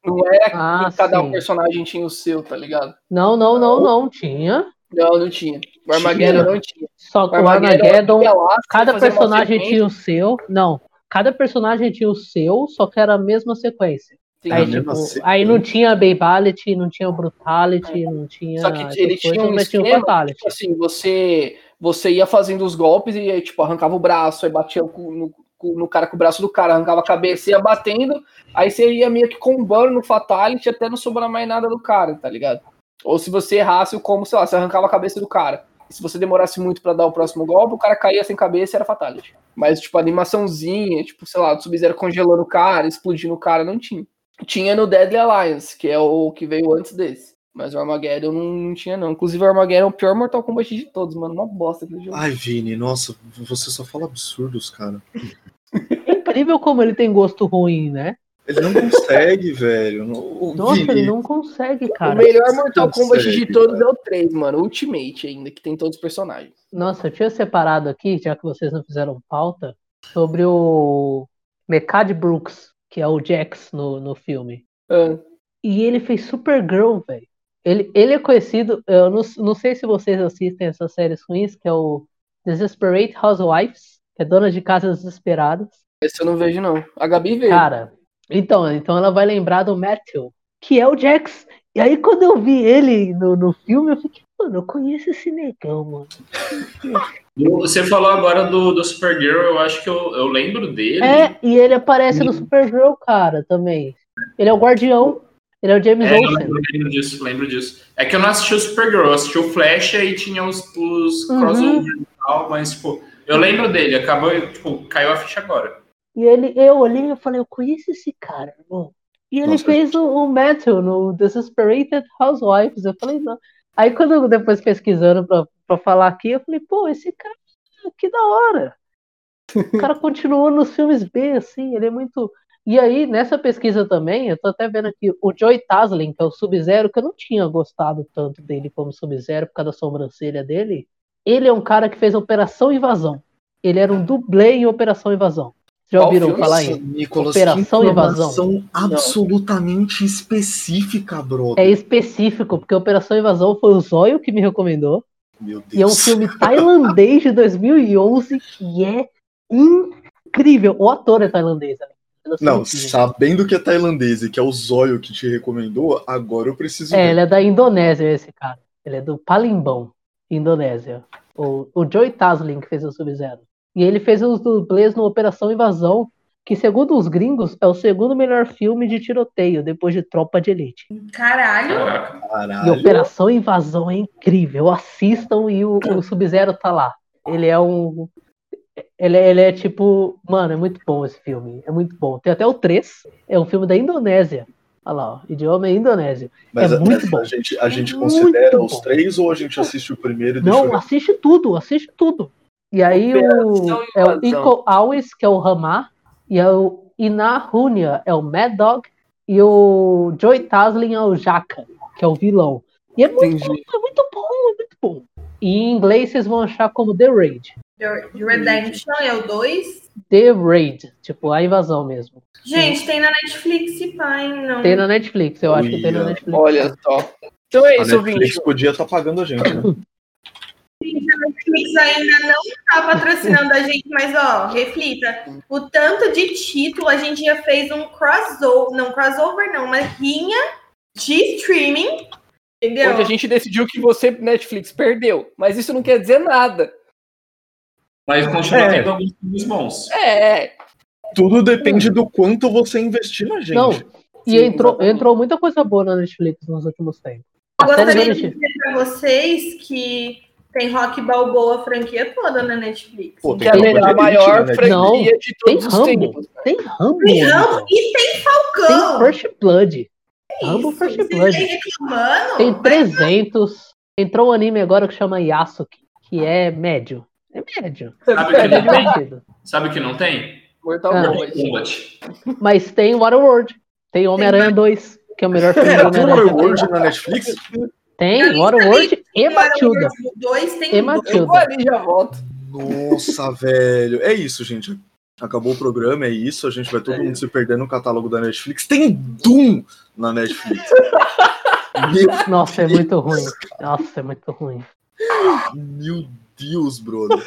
Speaker 4: Não era
Speaker 7: Ah,
Speaker 4: que cada
Speaker 7: sim.
Speaker 4: um personagem tinha o seu, tá ligado?
Speaker 7: Não, não, não, não, tinha.
Speaker 4: Não, não tinha. O Armageddon
Speaker 6: Tinha.
Speaker 4: não tinha.
Speaker 7: Só
Speaker 4: O
Speaker 7: que o Armageddon, um
Speaker 4: ia lá,
Speaker 7: cada
Speaker 4: fazia uma
Speaker 7: personagem
Speaker 4: sequência,
Speaker 7: tinha o seu. Não, cada personagem tinha o seu, só que era a mesma sequência.
Speaker 4: sim.
Speaker 6: Era a
Speaker 7: Aí,
Speaker 6: mesma
Speaker 7: tipo,
Speaker 6: sequência.
Speaker 7: aí não tinha Babality, não tinha Brutality, não tinha.
Speaker 4: Só que
Speaker 7: essas
Speaker 4: ele tinha
Speaker 7: coisas,
Speaker 4: um
Speaker 7: mas
Speaker 4: esquema,
Speaker 7: Fatality.
Speaker 4: Tipo assim, você, você ia fazendo os golpes e, aí, tipo, arrancava o braço, aí batia o cu- no, cu- no cara com o braço do cara, arrancava a cabeça, ia batendo, aí você ia meio que combando no fatality até não sobrar mais nada do cara, tá ligado? Ou se você errasse o combo, sei lá, você arrancava a cabeça do cara. E se você demorasse muito pra dar o próximo golpe, o cara caía sem cabeça e era fatality. Mas, tipo, animaçãozinha, tipo, sei lá, o Sub-Zero congelando o cara, explodindo o cara, não tinha. Tinha no Deadly Alliance, que é o que veio antes desse. Mas o Armageddon não, não tinha, não. Inclusive, o Armageddon é o pior Mortal Kombat de todos, mano. Uma bosta aquele jogo.
Speaker 6: Ai, Vini, nossa, você só fala absurdos, cara.
Speaker 7: É incrível como ele tem gosto ruim, né?
Speaker 6: Ele não consegue, velho. O o
Speaker 7: Nossa, ele
Speaker 6: Vini,
Speaker 7: não consegue,
Speaker 4: o
Speaker 7: cara.
Speaker 4: melhor Mortal
Speaker 6: consegue,
Speaker 4: Kombat de todos
Speaker 6: é cara.
Speaker 4: é o 3, mano. Ultimate ainda, que tem todos os personagens.
Speaker 7: Nossa, eu tinha separado aqui, já que vocês não fizeram pauta, sobre o Mechad Brooks, que é o Jax no, no filme.
Speaker 4: Ah,
Speaker 7: E ele fez Supergirl, velho. Ele, ele é conhecido, eu não, não sei se vocês assistem essas séries ruins, que é o Desperate Housewives, que é Dona de Casas Desesperadas.
Speaker 4: esse eu não vejo, não. A Gabi veio.
Speaker 7: Cara, então, então ela vai lembrar do Matthew, que é o Jax. E aí quando eu vi ele no, no filme, eu fiquei, mano, eu conheço esse negão, mano.
Speaker 9: Você falou agora do, do Supergirl, eu acho que eu, eu lembro dele.
Speaker 7: É, e ele aparece no Supergirl, cara, também. Ele é o guardião. Ele é o James
Speaker 9: É, eu
Speaker 7: Olsen.
Speaker 9: lembro, lembro disso, lembro disso. É que eu não assisti o Supergirl, eu assisti o Flash e tinha os, os
Speaker 7: Uhum.
Speaker 9: crossovers e tal, mas, tipo, eu lembro dele, acabou, tipo, caiu a ficha agora.
Speaker 7: E ele, eu olhei e falei, eu conheço esse cara, irmão. E ele
Speaker 9: Nossa,
Speaker 7: fez o, o Matthew no Desesperated Housewives. Eu falei, não. Aí quando eu depois pesquisando pra, pra falar aqui, eu falei, pô, esse cara, que da hora. O cara continuou nos filmes B, assim, ele é muito. E aí, nessa pesquisa também, eu tô até vendo aqui o Joey Taslin, que é o Sub-Zero, que eu não tinha gostado tanto dele como Sub-Zero por causa da sobrancelha dele. Ele é um cara que fez Operação Invasão. Ele era um dublê em Operação Invasão. Já
Speaker 6: Qual
Speaker 7: ouviram
Speaker 6: filme?
Speaker 7: falar
Speaker 6: Nossa,
Speaker 7: em
Speaker 6: Nicolas, que
Speaker 7: Operação Invasão?
Speaker 6: informação absolutamente específica, brother.
Speaker 7: É específico, porque Operação Invasão foi o Zóio que me recomendou.
Speaker 6: Meu Deus.
Speaker 7: E é um filme tailandês de 2011 que é incrível. O ator é tailandês. né? Eu sei
Speaker 6: Não,
Speaker 7: o filme.
Speaker 6: sabendo que é tailandês e que é o Zóio que te recomendou, agora eu preciso
Speaker 7: É,
Speaker 6: ver.
Speaker 7: ele é da Indonésia, esse cara. Ele é do Palimbão, Indonésia. O, o Joey Taslim, que fez o Sub-Zero. E ele fez os dublês no Operação Invasão, que segundo os gringos, é o segundo melhor filme de tiroteio, depois de Tropa de Elite.
Speaker 8: Caralho.
Speaker 9: Caraca.
Speaker 7: E
Speaker 6: Caralho.
Speaker 7: Operação Invasão é incrível. Assistam e o, o Sub-Zero tá lá. Ele é um. Ele, é- ele é tipo. Mano, é muito bom esse filme. É muito bom. Tem até o 3. É um filme da Indonésia. Olha lá, ó. Idioma é Indonésio.
Speaker 6: Mas
Speaker 7: é
Speaker 6: a,
Speaker 7: muito
Speaker 6: a-
Speaker 7: bom.
Speaker 6: a gente, a
Speaker 7: É
Speaker 6: gente
Speaker 7: muito
Speaker 6: considera
Speaker 7: bom.
Speaker 6: os três ou a gente assiste o primeiro e deixa
Speaker 7: Não, é
Speaker 6: eu...
Speaker 7: assiste tudo, assiste tudo. E aí o,
Speaker 11: Operação
Speaker 7: é o
Speaker 11: Invasão.
Speaker 7: Iko Always, que é o Ramá, e é o Inahunia, é o Mad Dog, e o Joey Taslin é o Jaca, que é o vilão. E é muito,
Speaker 4: Entendi.
Speaker 7: bom, é muito bom, é muito bom. E em inglês vocês vão achar como The Raid.
Speaker 8: The Redemption é o 2.
Speaker 7: The Raid, tipo, a invasão mesmo.
Speaker 8: Gente, tem na Netflix, pai, não.
Speaker 7: Tem na Netflix, eu acho que tem na
Speaker 6: Olha.
Speaker 7: Netflix.
Speaker 4: Olha só. Então é
Speaker 6: A
Speaker 4: isso,
Speaker 6: Netflix
Speaker 4: ouvinte.
Speaker 6: podia estar pagando a gente, né?
Speaker 8: Netflix ainda não tá patrocinando a gente, mas ó, reflita. O tanto de título, a gente já fez um crossover, não crossover não, uma rinha de streaming, entendeu?
Speaker 11: Onde a gente decidiu que você, Netflix, perdeu. Mas isso não quer dizer nada.
Speaker 9: Mas continua
Speaker 6: É.
Speaker 9: tendo alguns filmes bons.
Speaker 11: É,
Speaker 6: Tudo depende do quanto você investir na gente.
Speaker 7: Não, e
Speaker 11: Sim,
Speaker 7: entrou,
Speaker 11: exatamente.
Speaker 7: entrou muita coisa boa na Netflix nos últimos tempos.
Speaker 8: Eu
Speaker 7: Até
Speaker 8: gostaria de
Speaker 7: Netflix.
Speaker 8: dizer pra vocês que tem Rock Balboa a franquia toda na Netflix.
Speaker 6: Pô,
Speaker 11: que é a
Speaker 6: Tem
Speaker 11: melhor- a
Speaker 6: Elite,
Speaker 11: maior
Speaker 6: né?
Speaker 11: franquia
Speaker 7: Não,
Speaker 11: de
Speaker 7: Tem
Speaker 11: todos os
Speaker 7: Rambo,
Speaker 11: tempos.
Speaker 7: tem Rambo.
Speaker 8: Tem
Speaker 7: né,
Speaker 8: Rambo
Speaker 7: cara?
Speaker 8: e tem
Speaker 7: Tem
Speaker 8: Falcão.
Speaker 7: First Blood.
Speaker 8: Que
Speaker 7: Rambo
Speaker 8: isso?
Speaker 7: First
Speaker 8: Vocês
Speaker 7: Blood.
Speaker 8: vêm reclamando?
Speaker 7: Tem 300. Entrou um anime agora que chama Yasuki, que é médio. É médio.
Speaker 9: Sabe o que não
Speaker 7: É
Speaker 9: tem?
Speaker 7: divertido.
Speaker 9: Sabe o que não tem? Um
Speaker 11: Mortal
Speaker 7: Ah.
Speaker 9: Mortal
Speaker 11: Kombat.
Speaker 9: Kombat.
Speaker 7: Mas tem Waterworld. Tem Homem-Aranha 2, que é o melhor filme do
Speaker 6: Pera, tem
Speaker 7: Homem-Aranha. que
Speaker 6: World na Netflix?
Speaker 7: Tem,
Speaker 8: Eu
Speaker 7: tem
Speaker 8: nem
Speaker 7: Waterworld e
Speaker 8: Tem
Speaker 7: Matilda.
Speaker 8: Warriors dois, tem
Speaker 7: E
Speaker 8: um dois.
Speaker 7: Matilda.
Speaker 11: Eu vou ali e já volto.
Speaker 6: Nossa, velho. É isso, gente. Acabou o programa, é isso. A gente vai todo
Speaker 11: É
Speaker 6: mundo se perder no catálogo da Netflix. Tem Doom na Netflix. meu,
Speaker 7: Nossa, é muito ruim. Nossa, é muito ruim.
Speaker 6: meu Deus, brother.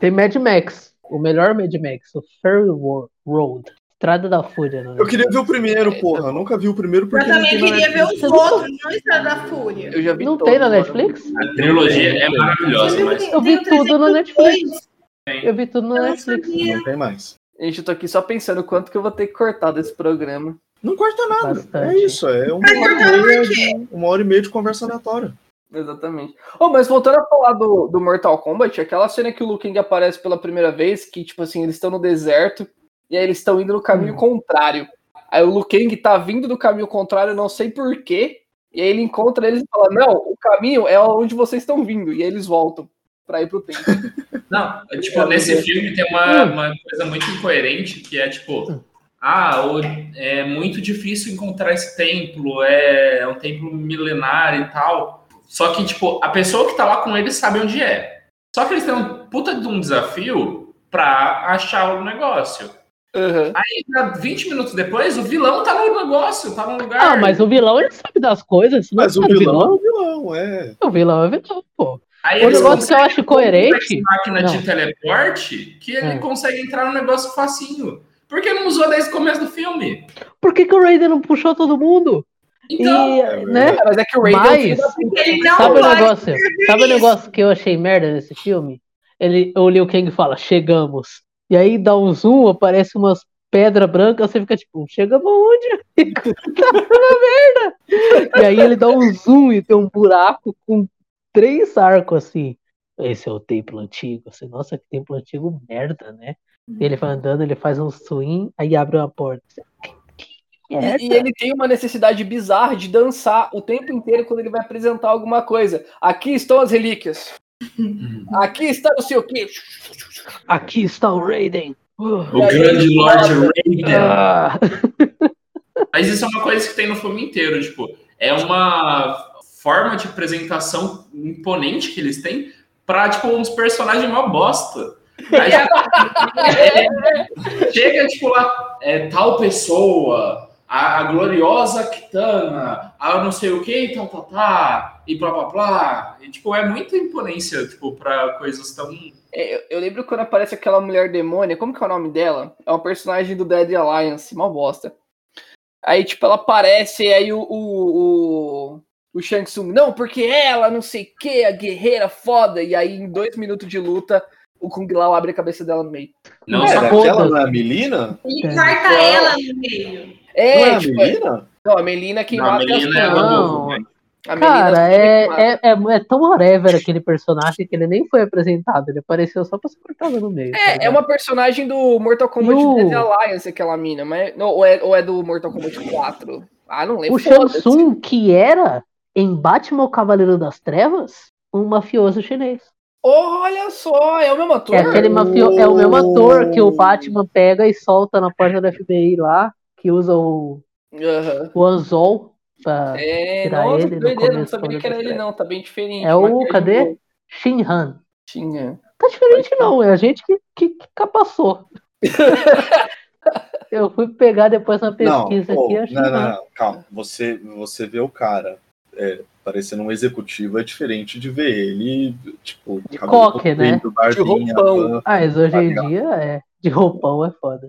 Speaker 7: Tem Mad Max, o melhor Mad Max, o Ferry Wo- Road. Estrada da Fúria. né?
Speaker 6: Eu queria ver o primeiro, porra. Eu nunca vi o primeiro
Speaker 8: Eu
Speaker 6: porque não
Speaker 8: também
Speaker 6: tem na
Speaker 8: queria ver
Speaker 6: Netflix.
Speaker 8: os outros, não Estrada da Fúria.
Speaker 11: Eu já vi
Speaker 7: Não
Speaker 11: todos,
Speaker 7: tem na
Speaker 11: mano.
Speaker 7: Netflix?
Speaker 9: A trilogia é maravilhosa, mas
Speaker 7: Eu vi tudo na Netflix. Eu vi tudo
Speaker 8: Eu
Speaker 7: na
Speaker 8: não
Speaker 7: Netflix. né?
Speaker 8: sabia.
Speaker 6: Não tem mais.
Speaker 11: Gente, eu tô aqui só pensando quanto que eu vou ter que cortar desse programa.
Speaker 6: Não corta nada.
Speaker 7: Bastante.
Speaker 6: É isso, é uma
Speaker 8: Mas
Speaker 6: hora,
Speaker 8: cortando
Speaker 6: e
Speaker 8: por
Speaker 6: meia, de- uma hora e meia de conversa aleatória.
Speaker 11: Exatamente. Oh, mas voltando a falar do, do Mortal Kombat, aquela cena que o Liu Kang aparece pela primeira vez, que, tipo assim, eles estão no deserto e aí eles estão indo no caminho contrário. Aí o Liu Kang tá vindo do caminho contrário, não sei porquê, e aí ele encontra eles e fala: Não, o caminho é onde vocês estão vindo. E aí eles voltam pra ir pro tempo.
Speaker 9: Não, é, tipo, nesse filme tem
Speaker 7: Hum.
Speaker 9: uma, uma coisa muito incoerente que é tipo. Ah, o- é muito difícil encontrar esse templo, é, é um templo milenar e tal. Só que, tipo, a pessoa que tá lá com eles sabe onde é. Só que eles têm um puta de um desafio pra achar o negócio.
Speaker 11: Aham.
Speaker 9: Aí, na- 20 minutos depois, o vilão tá no negócio, tá no lugar.
Speaker 7: Ah, mas o vilão ele sabe das coisas. se não
Speaker 6: Mas o
Speaker 7: sabe
Speaker 6: vilão é o vilão, é.
Speaker 7: O vilão é o vilão, pô.
Speaker 9: Aí
Speaker 7: O
Speaker 9: eles
Speaker 7: negócio que eu acho coerente.
Speaker 9: máquina
Speaker 7: Não.
Speaker 9: de teleporte que ele
Speaker 7: É.
Speaker 9: consegue entrar no negócio facinho. Por que não usou desde o começo do filme?
Speaker 7: Por que, que o Raiden não puxou todo mundo? Então, e, né?
Speaker 4: Mas é que o Raiden
Speaker 7: Mas, sabe o negócio? Sabe o negócio que eu achei merda nesse filme? Ele, o Liu Kang fala, chegamos. E aí dá um zoom, aparece umas pedra branca, você fica tipo, chegamos onde? tá na merda! E aí ele dá um zoom e tem um buraco com três arcos assim. Esse é o templo antigo. Assim, Nossa, que templo antigo merda, né? E ele vai andando, ele faz um swing, aí abre uma porta.
Speaker 4: É, e, ele tem uma necessidade bizarra de dançar o tempo inteiro quando ele vai apresentar alguma coisa. Aqui estão as relíquias.
Speaker 9: Uhum.
Speaker 4: Aqui está o seu quê?
Speaker 7: Aqui está o Raiden.
Speaker 9: Uh, o grande aí, Lord Raiden. Ah. Mas isso é uma coisa que tem no filme inteiro, tipo, é uma forma de apresentação imponente que eles têm para tipo uns personagens mó bosta. Aí, é, chega tipo lá, é, tal pessoa, a, a, gloriosa Kitana, a não sei o que, tal, tal, tal, e blá blá blá. E, tipo, é muita imponência, tipo, pra coisas tão.
Speaker 4: É, eu, eu, lembro quando aparece aquela mulher demônia, como que é o nome dela? É um personagem do Dead Alliance, uma bosta. Aí, tipo, ela aparece, e aí o, o, o, o Shang Tsung, não, porque ela, não sei o que, a guerreira foda, e aí em dois minutos de luta o Kung Lao abre a cabeça dela no meio.
Speaker 6: Não, é, aquela não é a Melina?
Speaker 8: E corta
Speaker 7: Então,
Speaker 8: ela no meio.
Speaker 4: É,
Speaker 6: não é a tipo, Melina?
Speaker 4: Não, a Melina que
Speaker 9: não, mata a Melina é
Speaker 7: não. Cara, é, é, é, é tão whatever aquele personagem que ele nem foi apresentado, ele apareceu só pra ser cortado no meio.
Speaker 4: É, tá é uma personagem do Mortal Kombat no... Dead Alliance, aquela mina, mas, não, ou, é, ou é do Mortal Kombat 4? Ah, não lembro.
Speaker 7: O Shang Tsung, que era em Batman o Cavaleiro das Trevas, um mafioso chinês.
Speaker 4: Olha só, é o mesmo ator.
Speaker 7: É, aquele mafio... é o mesmo ator que o Batman pega e solta na página do FBI lá, que usa o,
Speaker 4: uhum.
Speaker 7: o anzol pra
Speaker 4: é,
Speaker 7: tirar
Speaker 4: nossa,
Speaker 7: Ah, ele. No
Speaker 4: começo, não sabia que era ele, não, tá bem diferente.
Speaker 7: É o. Cadê? Shinhan.
Speaker 4: Shinhan.
Speaker 7: Tá diferente, Pode não, é a gente que, que, que capaçou. Eu fui pegar depois na pesquisa
Speaker 6: não,
Speaker 7: aqui.
Speaker 6: Oh, não, não, não, não, calma. Você, você vê o cara. É, parecendo um executivo, é diferente de ver ele, tipo,
Speaker 7: de coque, né?
Speaker 6: Barbinha,
Speaker 7: de roupão. Ban, ah, mas hoje em dia é. De roupão é foda.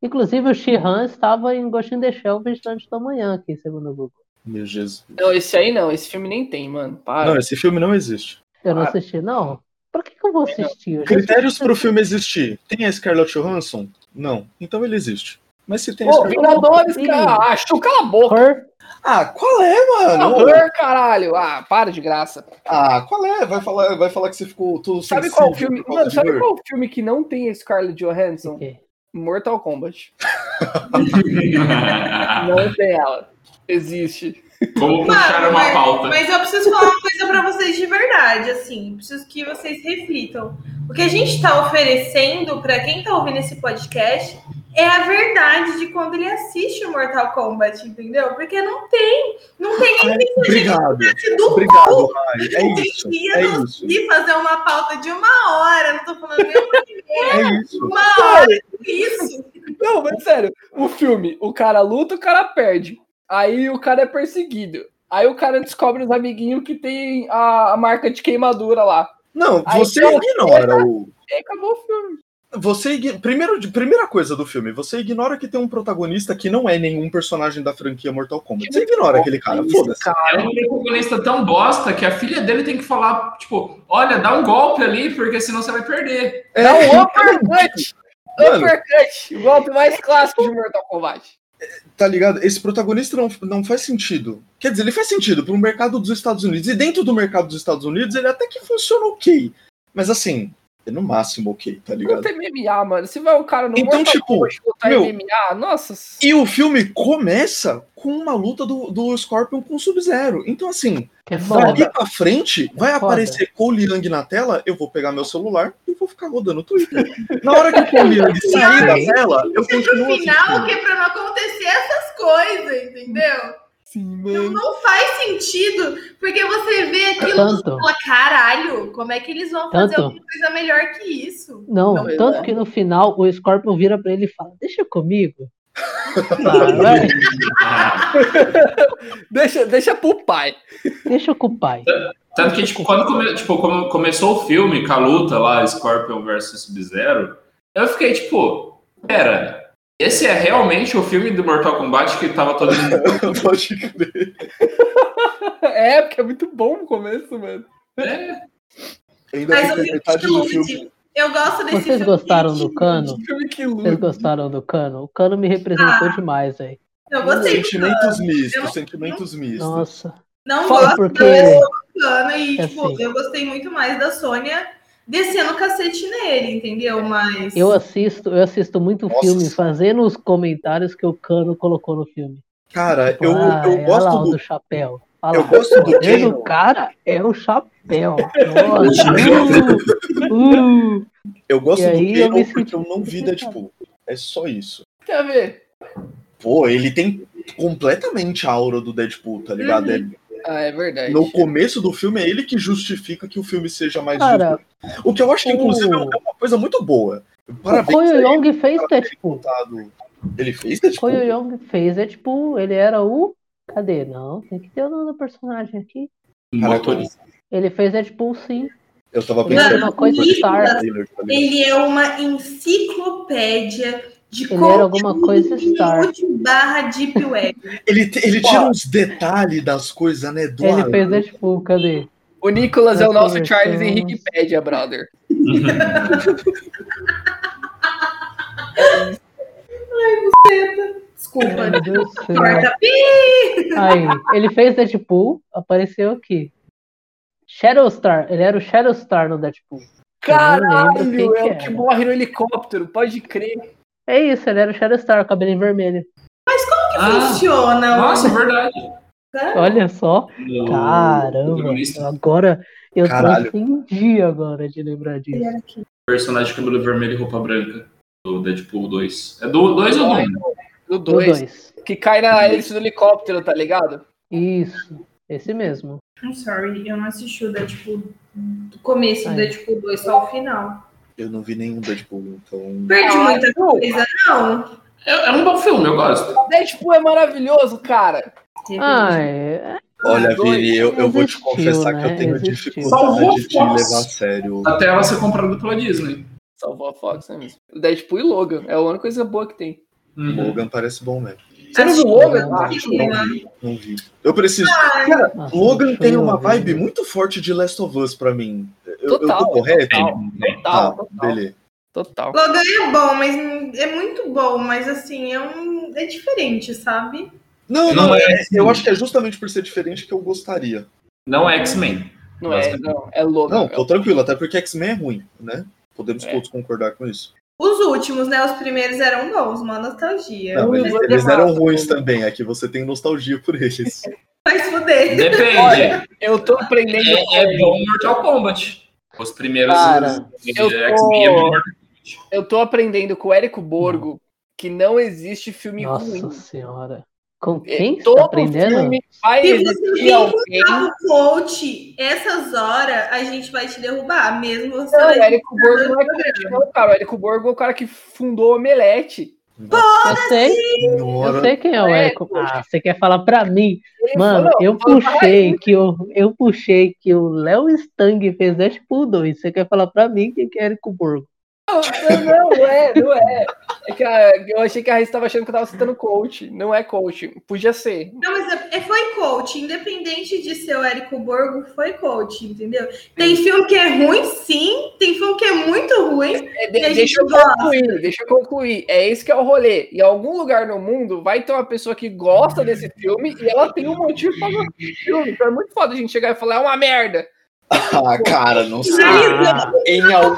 Speaker 7: Inclusive, o Shihan estava em Ghost in the Shell Vigilante da Manhã aqui, segundo o Google.
Speaker 6: Meu Jesus.
Speaker 4: Não, esse aí não, esse filme nem tem, mano. Para.
Speaker 6: Não, esse filme não existe.
Speaker 7: Eu não assisti, não? Pra que, que eu vou assistir? Eu
Speaker 6: Critérios para o filme existir. Tem a Scarlett Johansson? Não. Então ele existe. Mas se tem
Speaker 4: Pô, Vingadores, cara, acho, cala a boca. Her?
Speaker 6: Ah, qual é, mano?
Speaker 4: Her, Her, caralho. Ah, para de graça.
Speaker 6: Ah, qual é? Vai falar, vai falar que você ficou todo
Speaker 4: Sabe qual filme? Mano, sabe Her? qual filme que não tem Scarlett Johansson? Okay. Mortal Kombat. não tem ela. Existe.
Speaker 9: Como puxar uma
Speaker 8: mas,
Speaker 9: pauta.
Speaker 8: Mas eu preciso falar uma coisa pra vocês de verdade, assim. Preciso que vocês reflitam. O que a gente tá oferecendo para quem tá ouvindo esse podcast é a verdade de quando ele assiste o Mortal Kombat, entendeu? Porque não tem, não
Speaker 9: Ah,
Speaker 8: tem
Speaker 6: nem é, Obrigado.
Speaker 8: do
Speaker 6: obrigado, Mari. É isso.
Speaker 8: Eu
Speaker 6: é
Speaker 8: não
Speaker 6: isso.
Speaker 8: consegui fazer uma pauta de uma hora, não tô falando nem uma primeira,
Speaker 6: É isso.
Speaker 8: uma hora isso.
Speaker 4: Não, mas sério, o filme, o cara luta, o cara perde. Aí o cara é perseguido. Aí o cara descobre os amiguinhos que tem a, a marca de queimadura lá.
Speaker 6: Não,
Speaker 4: Aí
Speaker 6: você
Speaker 4: tem a
Speaker 6: ignora
Speaker 4: cena,
Speaker 6: o.
Speaker 4: E acabou o filme.
Speaker 6: Você ign- primeiro de- primeira coisa do filme, você ignora que tem um protagonista que não é nenhum personagem da franquia Mortal Kombat. Você ignora aquele cara, foda-se.
Speaker 9: É um protagonista tão bosta que a filha dele tem que falar, tipo, olha, dá um golpe ali, porque senão você vai perder.
Speaker 4: É Dá um uppercut! Uppercut! O golpe mais clássico de Mortal Kombat.
Speaker 6: Tá ligado? Esse protagonista não, não faz sentido. Quer dizer, ele faz sentido pro mercado dos Estados Unidos. E dentro do mercado dos Estados Unidos, ele até que funciona ok. Mas assim, é no máximo ok, tá ligado?
Speaker 4: Não tem MMA, mano. Se vai o cara no
Speaker 6: Então, tipo,
Speaker 4: Kombat lutar
Speaker 6: meu,
Speaker 4: MMA, nossa.
Speaker 6: E o filme começa com uma luta do, do Scorpion com o Sub-Zero. Então, assim,
Speaker 7: é
Speaker 4: Que É foda. É
Speaker 6: daqui pra frente, vai
Speaker 4: foda.
Speaker 6: aparecer Cole Young na tela, eu vou pegar meu celular e vou ficar rodando o Twitter. Na hora que o Cole Young sair da tela, eu
Speaker 8: pro
Speaker 6: continuo
Speaker 8: final,
Speaker 6: assistindo.
Speaker 8: que é pra não acontecer essas coisas, entendeu? Não, não faz sentido, porque você vê aquilo e você
Speaker 7: Tanto.
Speaker 8: fala, caralho, como é que eles vão fazer
Speaker 7: Tanto.
Speaker 8: alguma coisa melhor que isso?
Speaker 7: Não, tanto que no final o Scorpion vira pra ele e fala: Deixa comigo. Ah, vai.
Speaker 4: Deixa, deixa pro pai.
Speaker 7: Deixa com o pai.
Speaker 9: Tanto que, tipo, quando come- tipo, como começou o filme com a luta lá, Scorpion versus Sub-Zero, eu fiquei tipo, pera, esse é realmente o filme do Mortal Kombat que tava todo mundo.
Speaker 6: Pode crer.
Speaker 4: É, porque é muito bom no começo, mano.
Speaker 6: Ainda
Speaker 8: Mas
Speaker 6: fica
Speaker 8: eu fico
Speaker 6: metade do tá filme.
Speaker 8: longe. Eu gosto desse
Speaker 7: Vocês
Speaker 8: filme.
Speaker 7: gostaram do cano?
Speaker 4: Que
Speaker 7: Vocês gostaram do cano? O cano me representou
Speaker 8: Ah.
Speaker 7: demais, velho.
Speaker 8: Eu gostei do
Speaker 6: Sentimentos
Speaker 8: cano. Eu
Speaker 6: mistos,
Speaker 8: não-
Speaker 6: sentimentos mistos.
Speaker 7: Nossa.
Speaker 8: Não é
Speaker 7: Fala
Speaker 8: gosto
Speaker 7: porque-
Speaker 9: é
Speaker 8: mas eu gosto do cano e,
Speaker 7: É
Speaker 8: tipo,
Speaker 7: assim.
Speaker 8: eu gostei muito mais da Sônia descendo o cacete nele, entendeu? Mas.
Speaker 7: É. Eu assisto, eu assisto muito
Speaker 6: Nossa.
Speaker 7: filme fazendo os comentários que o Cano colocou no filme.
Speaker 6: Cara, eu,
Speaker 7: Ah,
Speaker 6: eu
Speaker 7: é, olha lá,
Speaker 6: gosto
Speaker 7: o
Speaker 6: do.
Speaker 7: do chapéu. Olha
Speaker 6: Eu
Speaker 7: lá.
Speaker 6: gosto do
Speaker 7: O dedo
Speaker 6: Kano.
Speaker 7: do cara é o chapéu. Nossa. Uh, uh.
Speaker 6: Eu gosto
Speaker 7: E aí
Speaker 6: do
Speaker 7: eu me
Speaker 6: Kano porque eu não vi Deadpool. É só isso.
Speaker 4: Quer ver?
Speaker 6: Pô, ele tem completamente a aura do Deadpool, tá ligado?
Speaker 8: Uhum.
Speaker 6: É-
Speaker 4: Ah, é verdade.
Speaker 6: no começo do filme é ele que justifica que o filme seja mais
Speaker 7: Cara,
Speaker 6: justo. O que eu acho que, inclusive,
Speaker 7: o-
Speaker 6: é uma coisa muito boa.
Speaker 7: O
Speaker 6: Parabéns.
Speaker 7: Koyo
Speaker 6: aí,
Speaker 7: Young fez
Speaker 6: cara,
Speaker 7: Deadpool.
Speaker 6: contado. Ele fez
Speaker 7: O
Speaker 6: Deadpool?
Speaker 7: Koyo Young tipo, fez Deadpool. Ele era o. Cadê? Não, tem que ter o nome do personagem aqui.
Speaker 9: Motorista.
Speaker 7: Ele fez Deadpool sim.
Speaker 6: Eu tava
Speaker 7: Ele era
Speaker 6: pensando. tá
Speaker 7: uma coisa
Speaker 8: Mano,
Speaker 7: Star.
Speaker 8: Ele é uma enciclopédia de um
Speaker 7: Ele era alguma coisa Star.
Speaker 8: de barra Deep Web.
Speaker 6: Ele, te- ele tira uns detalhes das coisas, né, Eduardo?
Speaker 7: Ele fez Deadpool, cadê?
Speaker 4: O Nicolas é o nosso
Speaker 7: Nós
Speaker 4: Charles
Speaker 7: conversamos.
Speaker 4: Henrique Pédia, brother.
Speaker 8: Desculpa.
Speaker 7: Meu Deus do céu.
Speaker 8: Corta. Ih!
Speaker 7: Aí, ele fez Deadpool, apareceu aqui. Shadowstar, ele era o Shadowstar no Deadpool. Eu não lembro
Speaker 4: Caralho,
Speaker 7: quem
Speaker 4: é
Speaker 7: que
Speaker 4: o que
Speaker 7: era.
Speaker 4: morre no helicóptero, pode crer.
Speaker 7: É isso, ele era o Shadowstar, cabelinho vermelho.
Speaker 9: Ah,
Speaker 8: Funciona.
Speaker 9: nossa, verdade.
Speaker 8: Nossa.
Speaker 7: Olha só.
Speaker 9: O
Speaker 7: Caramba, então
Speaker 9: protagonista,
Speaker 7: agora eu
Speaker 6: Caralho.
Speaker 7: tô assim em dia agora de lembrar disso.
Speaker 9: personagem de cabelo vermelho e é roupa branca do Deadpool 2. É do 2 ou do
Speaker 4: Do
Speaker 7: Do
Speaker 4: 2.
Speaker 7: dois.
Speaker 4: Que cai na hélice do helicóptero, tá ligado?
Speaker 7: Isso, esse mesmo.
Speaker 8: I'm sorry, eu não assisti o Deadpool do começo do
Speaker 7: Ai.
Speaker 8: Deadpool 2, só o final.
Speaker 6: Eu não vi nenhum Deadpool, então.
Speaker 8: Perdi
Speaker 4: Ah,
Speaker 8: muita
Speaker 4: não.
Speaker 8: coisa, não.
Speaker 9: É, é um bom filme, eu gosto.
Speaker 4: Deadpool é maravilhoso, cara.
Speaker 7: Ah, é.
Speaker 6: Olha, Vini, eu, eu vou te
Speaker 7: Existiu,
Speaker 6: confessar que
Speaker 7: né?
Speaker 6: eu tenho
Speaker 7: Existiu.
Speaker 9: Salvou Ah,
Speaker 6: dificuldade de te levar
Speaker 9: Fox.
Speaker 6: a sério.
Speaker 9: Até ela ser comprada pela Disney.
Speaker 4: Salvou a Fox, né mesmo? Deadpool e Logan, é a única coisa boa que tem.
Speaker 9: Uhum.
Speaker 6: Logan parece bom mesmo.
Speaker 4: Você não viu Logan?
Speaker 7: Não,
Speaker 6: Não
Speaker 4: Ah,
Speaker 6: vi, não vi. Eu preciso.
Speaker 9: Ah,
Speaker 6: Cara,
Speaker 7: Nossa,
Speaker 6: Logan
Speaker 7: deixa
Speaker 6: tem
Speaker 7: eu
Speaker 6: uma
Speaker 7: ver.
Speaker 6: vibe
Speaker 9: né?
Speaker 6: muito forte de Last of Us pra mim. Eu, eu
Speaker 4: Total,
Speaker 6: tô correto?
Speaker 4: total,
Speaker 6: Tá,
Speaker 4: total, total,
Speaker 6: beleza.
Speaker 4: total.
Speaker 8: Logan é bom, mas hum, é muito bom, mas assim, é um. É diferente, sabe?
Speaker 6: Não,
Speaker 9: Não
Speaker 6: não,
Speaker 9: é
Speaker 6: é-
Speaker 9: assim.
Speaker 6: eu acho que é justamente por ser diferente que eu gostaria.
Speaker 9: Não é X-Men.
Speaker 4: Não é, não, é Logan.
Speaker 6: Não, tô tranquilo, até porque X-Men é ruim, né? Podemos
Speaker 4: É.
Speaker 6: todos concordar com isso.
Speaker 8: Os últimos, né? Os primeiros eram bons, uma nostalgia.
Speaker 6: Não,
Speaker 4: não
Speaker 6: eles,
Speaker 4: vou
Speaker 6: eles
Speaker 4: errar,
Speaker 6: eram
Speaker 4: tá
Speaker 6: ruins
Speaker 4: bom.
Speaker 6: também, é que você tem nostalgia por eles.
Speaker 8: Vai se fuder.
Speaker 9: Depende.
Speaker 4: Olha, eu tô aprendendo.
Speaker 9: É, é bom Mortal Kombat. Os primeiros
Speaker 4: Cara,
Speaker 9: os-
Speaker 4: eu
Speaker 9: os X-Men é
Speaker 4: tô-
Speaker 9: bom Mortal
Speaker 4: Eu tô aprendendo com o Érico Borgo que não existe filme
Speaker 7: Nossa
Speaker 4: ruim.
Speaker 7: senhora. Com
Speaker 4: É,
Speaker 7: quem você
Speaker 4: todo
Speaker 7: tá aprendendo?
Speaker 4: filme vai
Speaker 8: Se você
Speaker 4: existir
Speaker 8: vir
Speaker 4: alguém.
Speaker 8: Gustavo Ah, Coach, essas horas a gente vai te derrubar, mesmo você.
Speaker 4: Não, o
Speaker 8: vai-
Speaker 4: Érico
Speaker 6: né?
Speaker 4: Borgo não é crítico, não, cara. O Érico Borgo é o cara que fundou o Omelete.
Speaker 7: Eu sei, eu
Speaker 6: Senhora.
Speaker 7: sei quem é o
Speaker 4: É,
Speaker 7: Érico.
Speaker 4: poxa.
Speaker 7: Ah, você quer falar pra mim?
Speaker 4: Ele
Speaker 7: Mano,
Speaker 4: falou,
Speaker 7: eu
Speaker 4: fala pra
Speaker 7: puxei que o, eu puxei que o Léo Stang fez Deadpool 2. Você quer falar pra mim que é Érico Borgo?
Speaker 4: Não, não é, não é. é que a- eu achei que a Raíssa tava achando que eu tava citando coach. Não é coach. Podia ser.
Speaker 8: Não, mas é- é- foi coach, independente de ser o Érico Borgo, foi coach, entendeu? Tem filme que é ruim, sim, tem filme que é muito ruim.
Speaker 4: É,
Speaker 8: e a
Speaker 4: de-
Speaker 8: gente
Speaker 4: deixa eu
Speaker 8: gosta.
Speaker 4: concluir, deixa eu concluir. É esse que é o rolê. Em algum lugar no mundo vai ter uma pessoa que gosta desse filme e ela tem um motivo pra gostar desse filme. Então é muito foda a gente chegar e falar, é uma merda.
Speaker 6: Ah, cara, não sei.
Speaker 4: Ah.
Speaker 6: Em, al-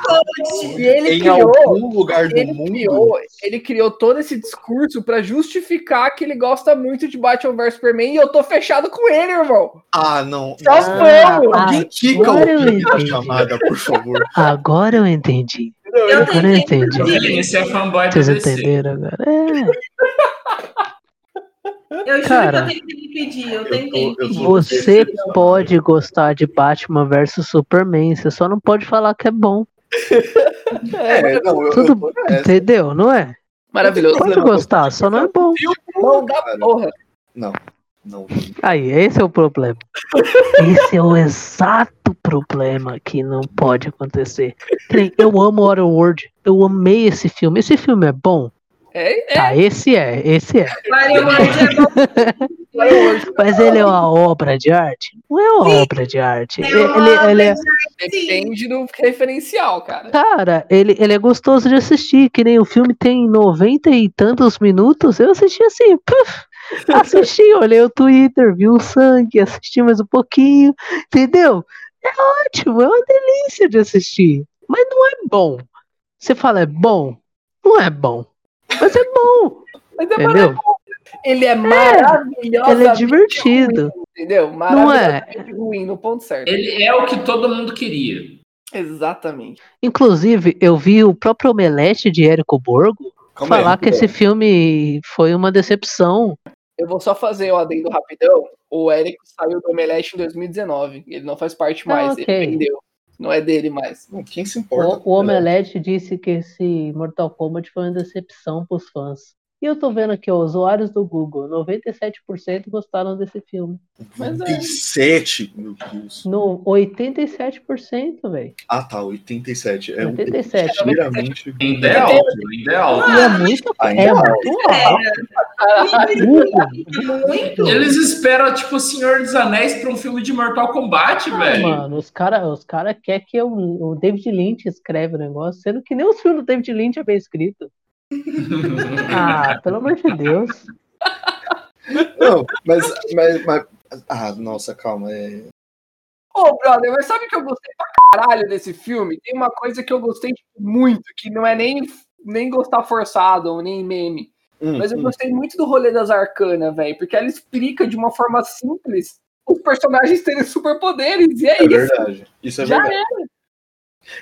Speaker 4: E ele
Speaker 6: em
Speaker 4: criou.
Speaker 6: algum lugar do
Speaker 4: ele
Speaker 6: mundo.
Speaker 4: criou, ele criou todo esse discurso pra justificar que ele gosta muito de Batman vs Superman e eu tô fechado com ele, irmão. Ah,
Speaker 6: Ah, não.
Speaker 4: Nós
Speaker 6: não.
Speaker 4: vamos!
Speaker 6: Alguém quica
Speaker 7: Agora eu
Speaker 6: o link da
Speaker 7: entendi.
Speaker 6: chamada, por favor.
Speaker 7: Agora eu entendi. Agora eu entendi.
Speaker 9: Esse é fanboy do
Speaker 7: Vocês
Speaker 9: DC.
Speaker 7: entenderam agora? É.
Speaker 8: Eu juro
Speaker 7: Cara.
Speaker 8: que eu tentei pedir, eu
Speaker 6: Eu
Speaker 8: tentei.
Speaker 6: tô, eu tô-
Speaker 7: Você pode gostar de Batman versus Superman, você só não pode falar que é bom.
Speaker 6: É, não, eu,
Speaker 7: Tudo
Speaker 6: eu tô nessa.
Speaker 7: Entendeu? Não é?
Speaker 4: Maravilhoso.
Speaker 7: Pode
Speaker 6: Não,
Speaker 7: gostar, só não é bom.
Speaker 4: Mão da porra.
Speaker 6: Não, não.
Speaker 7: Aí, esse é o problema. Esse é o exato problema que não pode acontecer. Que nem Eu amo Waterworld. Eu amei esse filme. Esse filme é bom?
Speaker 4: É, é.
Speaker 7: Tá, esse é, esse é.
Speaker 8: Mario Mordi é bom.
Speaker 6: Tá.
Speaker 7: Mas ele é uma obra de arte? Não é uma obra de arte.
Speaker 8: É
Speaker 7: Ele,
Speaker 8: uma
Speaker 7: ele- ele é,
Speaker 8: obra
Speaker 4: Depende do referencial, cara.
Speaker 7: cara, ele, ele é gostoso de assistir. Que nem o filme tem 90 e tantos minutos. Eu assisti assim, puf, assisti, olhei o Twitter, vi o sangue, assisti mais um pouquinho, entendeu? É ótimo, é uma delícia de assistir. Mas não é bom. Você fala, é bom? Não é bom. Mas é bom,
Speaker 4: Mas é
Speaker 7: entendeu?
Speaker 4: Ele é maravilhoso.
Speaker 7: Ele é divertido.
Speaker 4: Entendeu?
Speaker 7: Não é?
Speaker 4: Maravilhosamente ruim, no ponto certo.
Speaker 9: Ele é o que todo mundo queria.
Speaker 4: Exatamente.
Speaker 7: Inclusive, eu vi o próprio Omelete de Érico Borgo
Speaker 6: Calma aí.
Speaker 7: falar que esse filme foi uma decepção.
Speaker 4: Eu vou só fazer o adendo rapidão. O Eric saiu do Omelete em 2019. Ele não faz parte
Speaker 7: Ah,
Speaker 4: mais.
Speaker 7: ok.
Speaker 4: Ele vendeu. Não é dele mais.
Speaker 6: Não, quem se importa? É.
Speaker 7: O, é o Omelete disse que esse Mortal Kombat foi uma decepção pros fãs. E eu tô vendo aqui, ó, usuários do Google, 97% gostaram desse filme.
Speaker 4: Mas é.
Speaker 6: 87, um meu Deus.
Speaker 7: No 87%, velho.
Speaker 6: Ah, tá, 87. É um
Speaker 7: 87.
Speaker 6: ligeiramente.
Speaker 9: Ainda é alto, ainda é alto.
Speaker 7: E é muito,
Speaker 6: Ainda
Speaker 7: é
Speaker 6: é
Speaker 7: muito alto. Ah, É
Speaker 8: Muito.
Speaker 9: Eles esperam, tipo, o Senhor dos Anéis pra um filme de Mortal Kombat, velho.
Speaker 7: Ah, Mano, os caras os cara querem que eu- o David Lynch escreve o negócio, sendo que nem os filmes do David Lynch é bem escrito. Ah, pelo amor de Deus.
Speaker 6: Não, mas, mas, mas. Ah, nossa, calma. É...
Speaker 4: Ô, brother, mas sabe que eu gostei pra caralho desse filme? Tem uma coisa que eu gostei tipo, muito, que não é nem, nem gostar forçado, ou nem meme.
Speaker 6: Hum,
Speaker 4: Mas eu
Speaker 6: hum.
Speaker 4: gostei muito do rolê das arcanas, velho, porque ela explica de uma forma simples os personagens terem superpoderes, e é,
Speaker 6: É
Speaker 4: isso.
Speaker 6: verdade. Isso é
Speaker 4: Já
Speaker 6: verdade.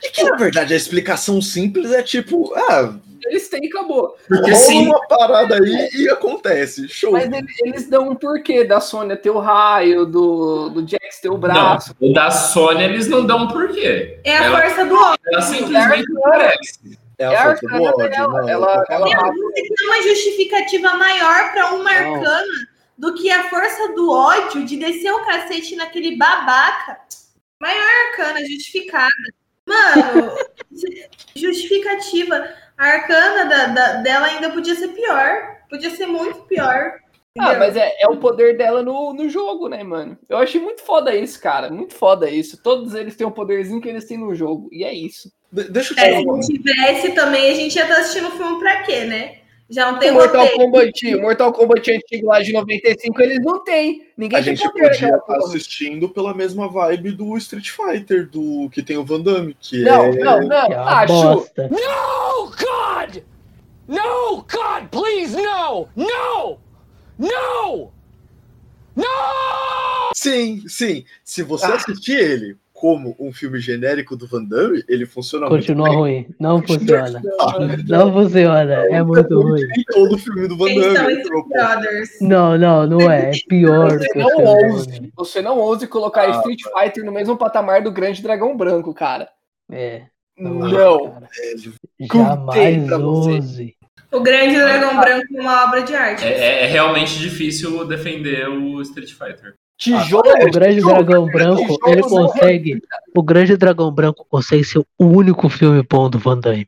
Speaker 6: E que, na verdade, a explicação simples é tipo, ah,
Speaker 4: Eles têm e acabou.
Speaker 9: Porque
Speaker 6: rola
Speaker 9: sim,
Speaker 6: uma parada aí e acontece. Show.
Speaker 4: Mas ele- eles dão um porquê da Sônia ter o raio, do, do Jax ter o
Speaker 9: não,
Speaker 4: braço.
Speaker 9: o da Sony eles não dão um porquê.
Speaker 8: É a
Speaker 9: Ela-
Speaker 8: força do ódio.
Speaker 9: Ela simplesmente aparece.
Speaker 6: É
Speaker 4: é a
Speaker 6: a força do
Speaker 4: arcana
Speaker 6: ódio.
Speaker 4: dela,
Speaker 6: não,
Speaker 4: ela-
Speaker 6: tá
Speaker 4: ela-
Speaker 6: errado.
Speaker 8: Tem que ter uma justificativa maior pra uma arcana do que a força do ódio de descer o cacete naquele babaca. Maior arcana justificada. Mano, justificativa. A arcana da- da- dela ainda podia ser pior. Podia ser muito pior.
Speaker 4: Ah,
Speaker 8: entendeu?
Speaker 4: mas é, é o poder dela no, no jogo, né, mano? Eu achei muito foda isso, cara. Muito foda isso. Todos eles têm um poderzinho que eles têm no jogo. E é isso.
Speaker 6: De- Deixa eu te
Speaker 8: É,
Speaker 6: falar
Speaker 8: se
Speaker 6: uma
Speaker 8: não tivesse também, a gente ia estar assistindo o filme pra quê, né? Já não tem
Speaker 4: O Mortal
Speaker 8: roteiro.
Speaker 4: Kombat, o Mortal Kombat antigo lá de 95, eles não têm. Ninguém
Speaker 6: A
Speaker 4: tem
Speaker 6: gente
Speaker 4: poder né,
Speaker 6: podia
Speaker 4: naquela
Speaker 6: estar
Speaker 4: porra.
Speaker 6: assistindo pela mesma vibe do Street Fighter, do que tem o Van Damme, que
Speaker 4: Não,
Speaker 6: é.
Speaker 4: não, não. tá,
Speaker 7: É uma
Speaker 4: Acho.
Speaker 7: bosta.
Speaker 1: No, God! No, God, please, no! No! No!
Speaker 6: Sim, sim. Se você
Speaker 4: Ah.
Speaker 6: assistir ele como um filme genérico do Van Damme, ele funciona
Speaker 7: Continua
Speaker 6: muito
Speaker 7: ruim. Não funciona.
Speaker 6: bem.
Speaker 7: Não funciona. É muito ruim.
Speaker 6: Tem tá todo o filme do Van
Speaker 8: Eles são
Speaker 6: Damme.
Speaker 8: esses brothers.
Speaker 7: Não, não, não é. É pior do que né?
Speaker 4: Não
Speaker 7: o filme. do
Speaker 4: ouse. Você não ouse colocar
Speaker 6: Ah,
Speaker 4: Street
Speaker 9: tá.
Speaker 4: Fighter no mesmo patamar do Grande Dragão Branco, cara.
Speaker 7: Homem. É.
Speaker 4: Não.
Speaker 7: cara.
Speaker 6: velho.
Speaker 4: Contei
Speaker 7: Jamais
Speaker 4: pra você.
Speaker 7: ouse.
Speaker 8: O Grande Dragão Branco é uma obra de arte.
Speaker 9: É, é- é realmente difícil defender o Street Fighter.
Speaker 4: Tijolo.
Speaker 7: o grande dragão branco, ele consegue. O grande dragão branco consegue ser o único filme bom do Van Damme.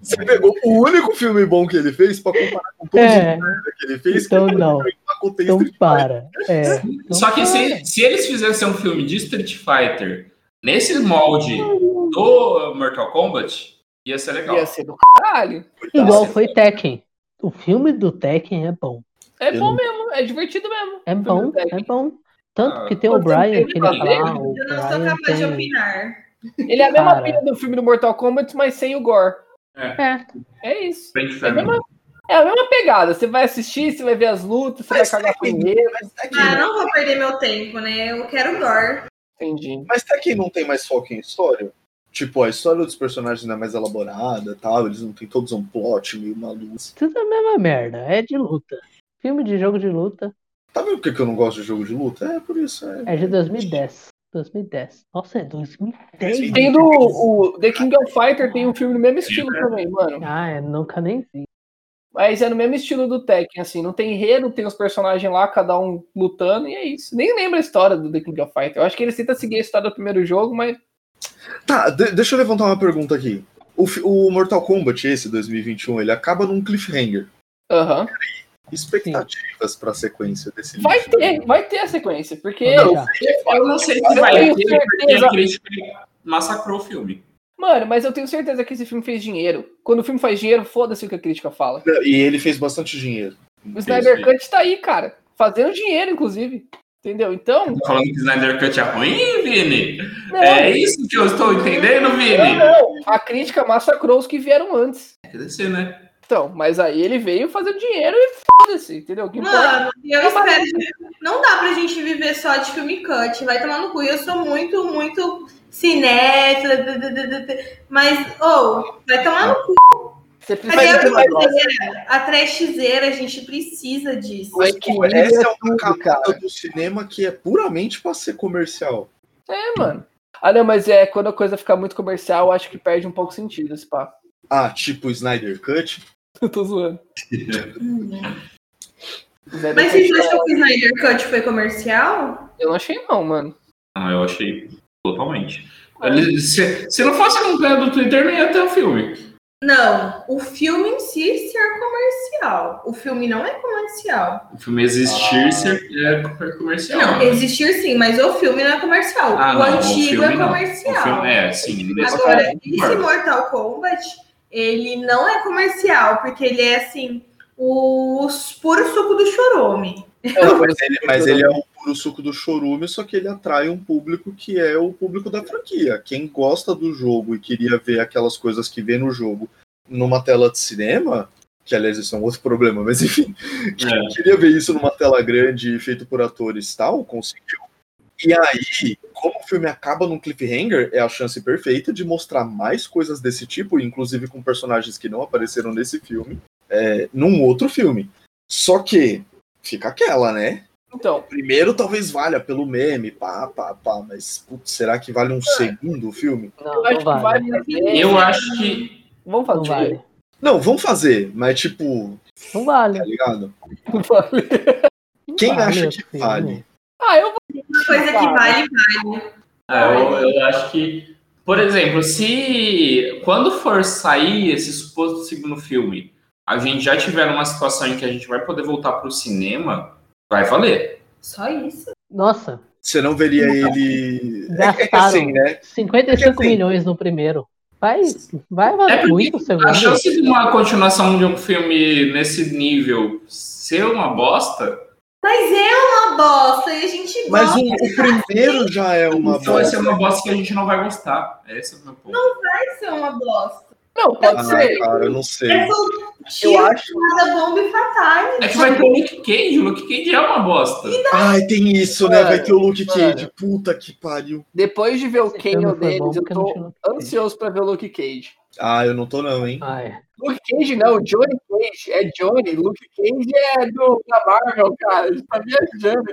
Speaker 6: Você pegou o único filme bom que ele fez pra comparar com todos
Speaker 7: É.
Speaker 6: os merda que ele fez.
Speaker 7: Então
Speaker 6: que ele tá
Speaker 7: não.
Speaker 6: foi pra contar
Speaker 7: Então
Speaker 6: Street
Speaker 7: para. É.
Speaker 9: Só que
Speaker 8: assim-
Speaker 9: se, se eles fizessem um filme de Street Fighter nesse molde do Mortal Kombat, ia ser legal.
Speaker 4: Ia ser do caralho.
Speaker 7: Igual foi Tekken. O filme do Tekken é bom.
Speaker 4: É
Speaker 7: Eu
Speaker 4: bom
Speaker 7: não-
Speaker 4: mesmo, é divertido mesmo.
Speaker 7: É bom, é bom. Tanto que tem
Speaker 4: Ah,
Speaker 7: o
Speaker 4: eu
Speaker 7: Brian,
Speaker 4: também
Speaker 7: que ele
Speaker 4: não
Speaker 7: fala.
Speaker 4: lembro.
Speaker 7: "Ah, o
Speaker 8: Eu não sou
Speaker 7: Brian
Speaker 8: capaz de
Speaker 7: tem-
Speaker 8: opinar.
Speaker 4: Ele é a mesma
Speaker 7: Cara.
Speaker 4: pilha do filme do Mortal Kombat, mas sem o gore.
Speaker 7: É.
Speaker 4: É isso.
Speaker 9: Bem
Speaker 4: É a
Speaker 9: diferente.
Speaker 4: mesma, é a mesma pegada. Você vai assistir, você vai ver as lutas, você vai cagar com dinheiro.
Speaker 8: Ah, não vou perder meu tempo, né? Eu quero gore.
Speaker 4: Entendi.
Speaker 6: Mas até quem não tem mais foco em história? Tipo, a história dos personagens não é mais elaborada tal, eles não têm todos um plot meio maluco.
Speaker 7: Tudo a mesma merda. É de luta. Filme de jogo de luta
Speaker 6: Tá vendo por que que eu não gosto de jogo de luta? É por isso. É,
Speaker 7: é de 2010. 2010. Nossa, é 2010.
Speaker 4: Tem do o The King of Fighter, tem um filme no mesmo estilo também,
Speaker 9: então.
Speaker 4: mano.
Speaker 7: Ah, eu nunca nem vi.
Speaker 4: Mas é no mesmo estilo do Tekken, assim. Não tem enredo, tem os personagens lá, cada um lutando, e é isso. Nem lembro a história do The King of Fighter. Eu acho que ele tenta seguir a história do primeiro jogo, mas.
Speaker 6: Tá, de- deixa eu levantar uma pergunta aqui. O, fi- o Mortal Kombat, esse 2021, ele acaba num cliffhanger.
Speaker 4: Aham.
Speaker 6: Expectativas pra sequência desse
Speaker 4: Vai
Speaker 6: lixo.
Speaker 4: ter, vai ter a sequência, porque.
Speaker 7: Não,
Speaker 9: Eu não sei se
Speaker 4: Eu
Speaker 9: vai
Speaker 4: tenho
Speaker 9: ter, porque
Speaker 4: certeza.
Speaker 9: a crítica massacrou o filme.
Speaker 4: Mano, mas eu tenho certeza que esse filme fez dinheiro. Quando o filme faz dinheiro, foda-se o que a crítica fala.
Speaker 6: E ele fez bastante dinheiro.
Speaker 4: O Snyder Cut tá aí, cara. Fazendo dinheiro, inclusive. Entendeu? Então.
Speaker 9: Tá falando que o Snyder Cut é ruim, Vini?
Speaker 4: Não,
Speaker 9: É isso que eu estou entendendo,
Speaker 4: não,
Speaker 9: Vini?
Speaker 4: não. A crítica massacrou os que vieram antes.
Speaker 9: Quer dizer, né?
Speaker 4: Então, mas aí ele veio fazendo dinheiro e foda-se, entendeu? O Que importa-
Speaker 8: Mano, e eu espero. Não dá pra gente viver só de filme cut. Vai tomar no cu. Eu sou muito, muito cinéfila. d- d- d- d- d- Mas, ou, vai tomar no cu.
Speaker 4: é Você
Speaker 8: Cadê
Speaker 6: é
Speaker 4: precisa
Speaker 8: a
Speaker 4: de mais
Speaker 8: trashzeira? A trashzeira, a gente precisa disso.
Speaker 6: Mas, pô, essa é uma camada
Speaker 4: né, cara.
Speaker 6: do cinema que é puramente pra ser comercial.
Speaker 4: É, mano. Ah, não, mas é, quando a coisa fica muito comercial, eu acho que perde um pouco sentido esse papo.
Speaker 6: Ah, tipo Snyder Cut?
Speaker 4: Eu tô zoando. Zé
Speaker 8: Mas
Speaker 4: Depp,
Speaker 8: vocês acham que o Snyder Cut foi comercial?
Speaker 4: Eu não achei, não, mano.
Speaker 9: Ah, eu achei totalmente. Ele- Se, se não fosse a campanha do Twitter, não ia ter o filme.
Speaker 8: Não, o filme em si ser comercial. O filme não é comercial.
Speaker 9: O filme existir ser é comercial.
Speaker 8: Não, existir sim, mas o filme não é comercial.
Speaker 9: Ah,
Speaker 8: o
Speaker 9: não,
Speaker 8: antigo
Speaker 9: filme
Speaker 8: é
Speaker 9: não.
Speaker 8: comercial.
Speaker 9: O filme, é, sim. nesse
Speaker 8: Agora,
Speaker 9: caso,
Speaker 8: esse
Speaker 9: concordo.
Speaker 8: Mortal Kombat, ele não é comercial, porque ele é assim, o puro suco do chorume.
Speaker 4: É,
Speaker 6: Não, mas ele, mas ele é o puro suco do chorume, só que ele atrai um público que é o público da franquia. Quem gosta do jogo e queria ver aquelas coisas que vê no jogo numa tela de cinema, que aliás isso é um outro problema, mas enfim,
Speaker 9: É.
Speaker 6: queria ver isso numa tela grande feito por atores e tal, conseguiu. E aí, como o filme acaba num cliffhanger, é a chance perfeita de mostrar mais coisas desse tipo, inclusive com personagens que não apareceram nesse filme, é, num outro filme. Só que fica aquela, né?
Speaker 4: Então,
Speaker 6: Primeiro talvez valha pelo meme, pá, pá, pá, mas putz, será que
Speaker 4: É.
Speaker 6: vale um segundo filme?
Speaker 7: Não,
Speaker 4: eu acho
Speaker 7: não
Speaker 4: que
Speaker 7: Então vale.
Speaker 4: vale.
Speaker 9: Eu acho que.
Speaker 4: Vamos
Speaker 7: Não
Speaker 4: fazer.
Speaker 7: vale.
Speaker 6: Não, vamos fazer, mas tipo,
Speaker 7: Não vale.
Speaker 6: tá ligado?
Speaker 7: um
Speaker 4: Não vale.
Speaker 7: Não
Speaker 6: Quem
Speaker 7: vale
Speaker 6: acha
Speaker 7: o
Speaker 6: que
Speaker 7: filme.
Speaker 6: vale?
Speaker 4: Ah, eu vou.
Speaker 8: Uma coisa que vale, vale.
Speaker 9: Ah, eu, eu acho que, por exemplo, se quando for sair esse suposto segundo filme, a gente já tiver numa situação em que a gente vai poder voltar pro cinema, vai valer.
Speaker 8: Só isso.
Speaker 7: Nossa,
Speaker 6: Você não veria ele. É, que- é que
Speaker 7: Gastaram.
Speaker 6: assim, né?
Speaker 7: 55
Speaker 6: Porque, assim,
Speaker 7: milhões no primeiro. Vai, vai
Speaker 9: É
Speaker 7: valer
Speaker 9: porque
Speaker 7: muito o segundo.
Speaker 9: A chance de uma continuação de um filme nesse nível ser uma bosta,
Speaker 8: Mas é uma bosta e a gente
Speaker 6: Mas
Speaker 8: gosta.
Speaker 6: o, o primeiro já é uma
Speaker 9: então vai ser
Speaker 6: bosta.
Speaker 9: uma bosta que a gente não vai gostar. Esse é o meu ponto.
Speaker 8: Isso é uma bosta.
Speaker 4: Não, pode
Speaker 6: Ah,
Speaker 4: ser.
Speaker 6: cara, eu não sei.
Speaker 8: É só tiro
Speaker 4: Eu acho-
Speaker 8: da bomba e fatality.
Speaker 9: É que vai ter o Luke Cage, o Luke Cage é uma bosta.
Speaker 6: Ai, tem isso, né? Vai ter o Luke
Speaker 4: Mano.
Speaker 6: Cage. Puta que pariu.
Speaker 4: Depois de ver o
Speaker 7: Esse
Speaker 4: Kane
Speaker 7: filme
Speaker 4: ou
Speaker 7: foi bom
Speaker 4: Dennis, eu
Speaker 7: porque não tinha
Speaker 4: tô
Speaker 7: Luke Cage.
Speaker 4: ansioso pra ver o Luke Cage.
Speaker 6: Ah, eu não tô não, hein?
Speaker 7: Ai,
Speaker 4: Luke Cage não, Johnny Cage. É Johnny. Luke Cage é do, da Marvel, cara. Ele tá viajando.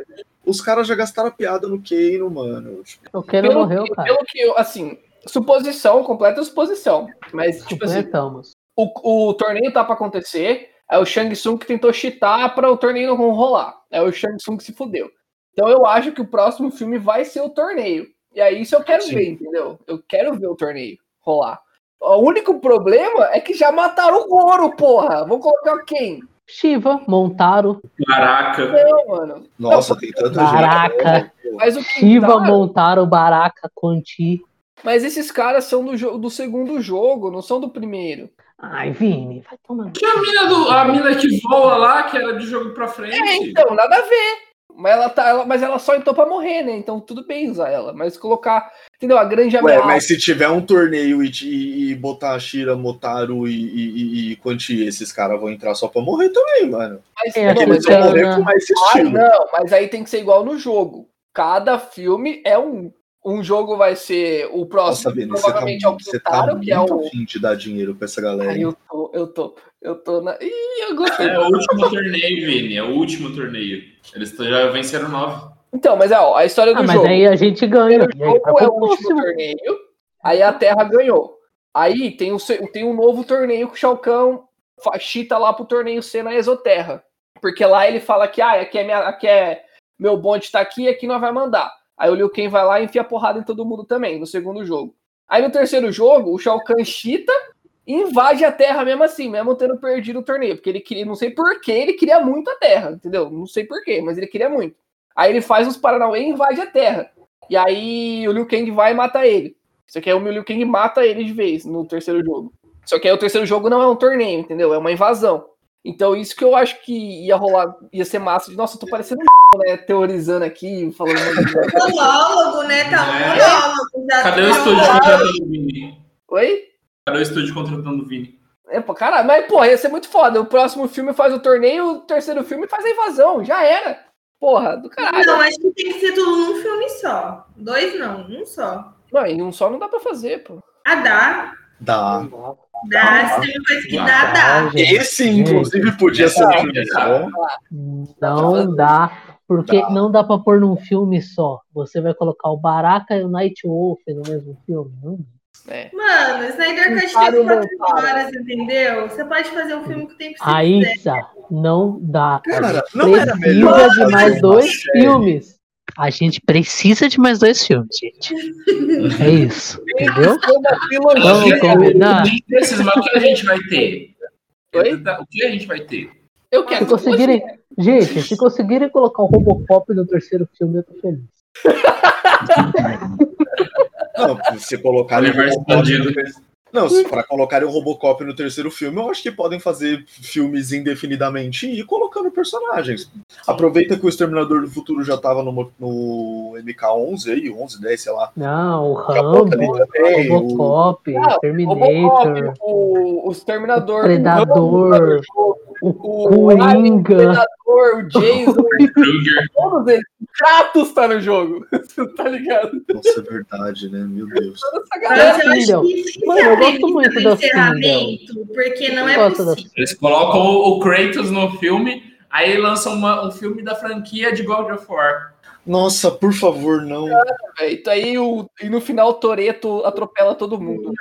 Speaker 6: Os caras já gastaram a piada no Keino, mano. Tipo,
Speaker 7: o Keno morreu,
Speaker 4: que,
Speaker 7: cara.
Speaker 4: pelo que eu, assim,
Speaker 7: né,
Speaker 4: suposição, completa suposição. Mas, tipo assim,
Speaker 7: Completamos.
Speaker 4: o, o torneio tá pra acontecer. Aí o Shang Tsung tentou cheatar para o torneio não rolar. Aí o Shang Tsung se fudeu. Então eu acho que o próximo filme vai ser o torneio. E aí isso eu quero Sim. ver, entendeu? Eu quero ver o torneio rolar. O único problema é que já mataram o Goro, porra. Vou colocar quem?
Speaker 7: Shiva, Montaro.
Speaker 9: Caraca.
Speaker 4: Não, mano.
Speaker 6: Nossa, não, tem tanta
Speaker 7: Baraca. gente. Mas o Shiva, Kintaro... Montaro, Baraca, Conti.
Speaker 4: Mas esses caras são do, do segundo jogo, não são do primeiro.
Speaker 7: Ai, Vini, vai tomar.
Speaker 9: Que a mina, do, a mina que voa lá, que era de jogo pra frente. É,
Speaker 4: então, nada a ver. Mas ela, tá, ela, mas ela só entrou pra morrer, né? Então tudo bem usar ela. Mas colocar, entendeu? A grande
Speaker 6: ameaça. Ué, mas se tiver um torneio e, e, e botar a Shira, Motaru e, e, e Quanti, esses caras vão entrar só pra morrer também, mano.
Speaker 4: Mas, é, não, mas, é, morrer não. com mais estilo. Ah, não, mas aí tem que ser igual no jogo. Cada filme é um. Um jogo vai ser o próximo,
Speaker 6: Nossa, Vini, provavelmente tá, é o Kintaro, tá que é o. Fim de dar dinheiro pra essa galera.
Speaker 4: Aí eu tô, eu tô, eu tô na. Ih, eu gostei.
Speaker 9: É o último torneio, Vini. É o último torneio. Eles já venceram nove.
Speaker 4: Então, mas é ó, a história do ah,
Speaker 7: mas jogo. Mas aí a gente ganha.
Speaker 4: O jogo é o último torneio. Aí a Terra ganhou. Aí tem um, tem um novo torneio que o Shao Kahn chita lá pro torneio C na Exoterra. Porque lá ele fala que, ah, aqui é, minha, aqui é meu bonde tá aqui, aqui nós vai mandar. Aí o Liu Kang vai lá e enfia porrada em todo mundo também, no segundo jogo. Aí no terceiro jogo, o Shao Kahn chita invade a Terra mesmo assim, mesmo tendo perdido o torneio, porque ele queria, não sei porquê, ele queria muito a Terra, entendeu? Não sei porquê, mas ele queria muito. Aí ele faz os Paranauê e invade a Terra. E aí o Liu Kang vai e mata ele. Só que aí o Liu Kang mata ele de vez no terceiro jogo. Só que aí o terceiro jogo não é um torneio, entendeu? É uma invasão. Então isso que eu acho que ia rolar, ia ser massa. De, Nossa, eu tô parecendo um né? Teorizando aqui, falando...
Speaker 8: monólogo, né? Tá um monólogo.
Speaker 9: Cadê o estúdio?
Speaker 4: Oi?
Speaker 9: Cara, o estúdio contratando o Vini.
Speaker 4: É, pô, caralho, mas, porra, ia ser muito foda. O próximo filme faz o torneio, o terceiro filme faz a invasão. Já era. Porra, do caralho.
Speaker 8: Não, acho que tem que ser tudo num filme só. Dois não, um só.
Speaker 4: Não, e um só não dá pra fazer, pô.
Speaker 8: Ah, dá.
Speaker 6: Dá.
Speaker 8: Dá, dá. se tem uma coisa que dá,
Speaker 7: Ah,
Speaker 8: dá.
Speaker 6: Esse, inclusive, podia ser um filme
Speaker 7: só. Não dá. Porque dá. não dá pra pôr num filme só. Você vai colocar o Baraka e o Night Wolf no mesmo filme. Não dá.
Speaker 8: É. Mano, Snyder Cut tem 4 horas, entendeu? Você pode fazer um filme que tem que ser.
Speaker 7: Aí, tá, não dá.
Speaker 6: Cara, não precisa melhor,
Speaker 7: de mais dois filmes. Série. A gente precisa de mais dois filmes, gente. é isso. Entendeu?
Speaker 9: Vamos
Speaker 4: Ah.
Speaker 9: combinar. Desses, mas o que a gente vai ter? Oi? O que a gente vai ter?
Speaker 7: Eu quero. Se conseguirem, gente, se conseguirem colocar o Robocop no terceiro filme, eu tô feliz.
Speaker 6: Não, se colocarem o Robocop no terceiro... Não, se para colocarem o Robocop no terceiro filme, eu acho que podem fazer filmes indefinidamente e ir colocando personagens. Aproveita que o Exterminador do Futuro já tava no, no MK11 aí, 11, 10, sei lá.
Speaker 7: Não, o Rambo, também, Robocop, o... Ah, Terminator,
Speaker 4: o, o Exterminador, o
Speaker 7: Predador, o, o, o Coringa, o
Speaker 4: Predador, o Jason, todos eles. Kratos tá no jogo, você tá ligado? Então,
Speaker 6: Nossa, é verdade, né? Meu Deus.
Speaker 9: É,
Speaker 8: Mas eu acho que isso tá Mano, eu gosto muito do encerramento, porque não é possível.
Speaker 9: Eles colocam o, o Kratos no filme, aí lançam uma, um filme da franquia de God of War.
Speaker 6: Nossa, por favor, não.
Speaker 4: Cara, véio, aí o, É, e no final o Toreto atropela todo mundo.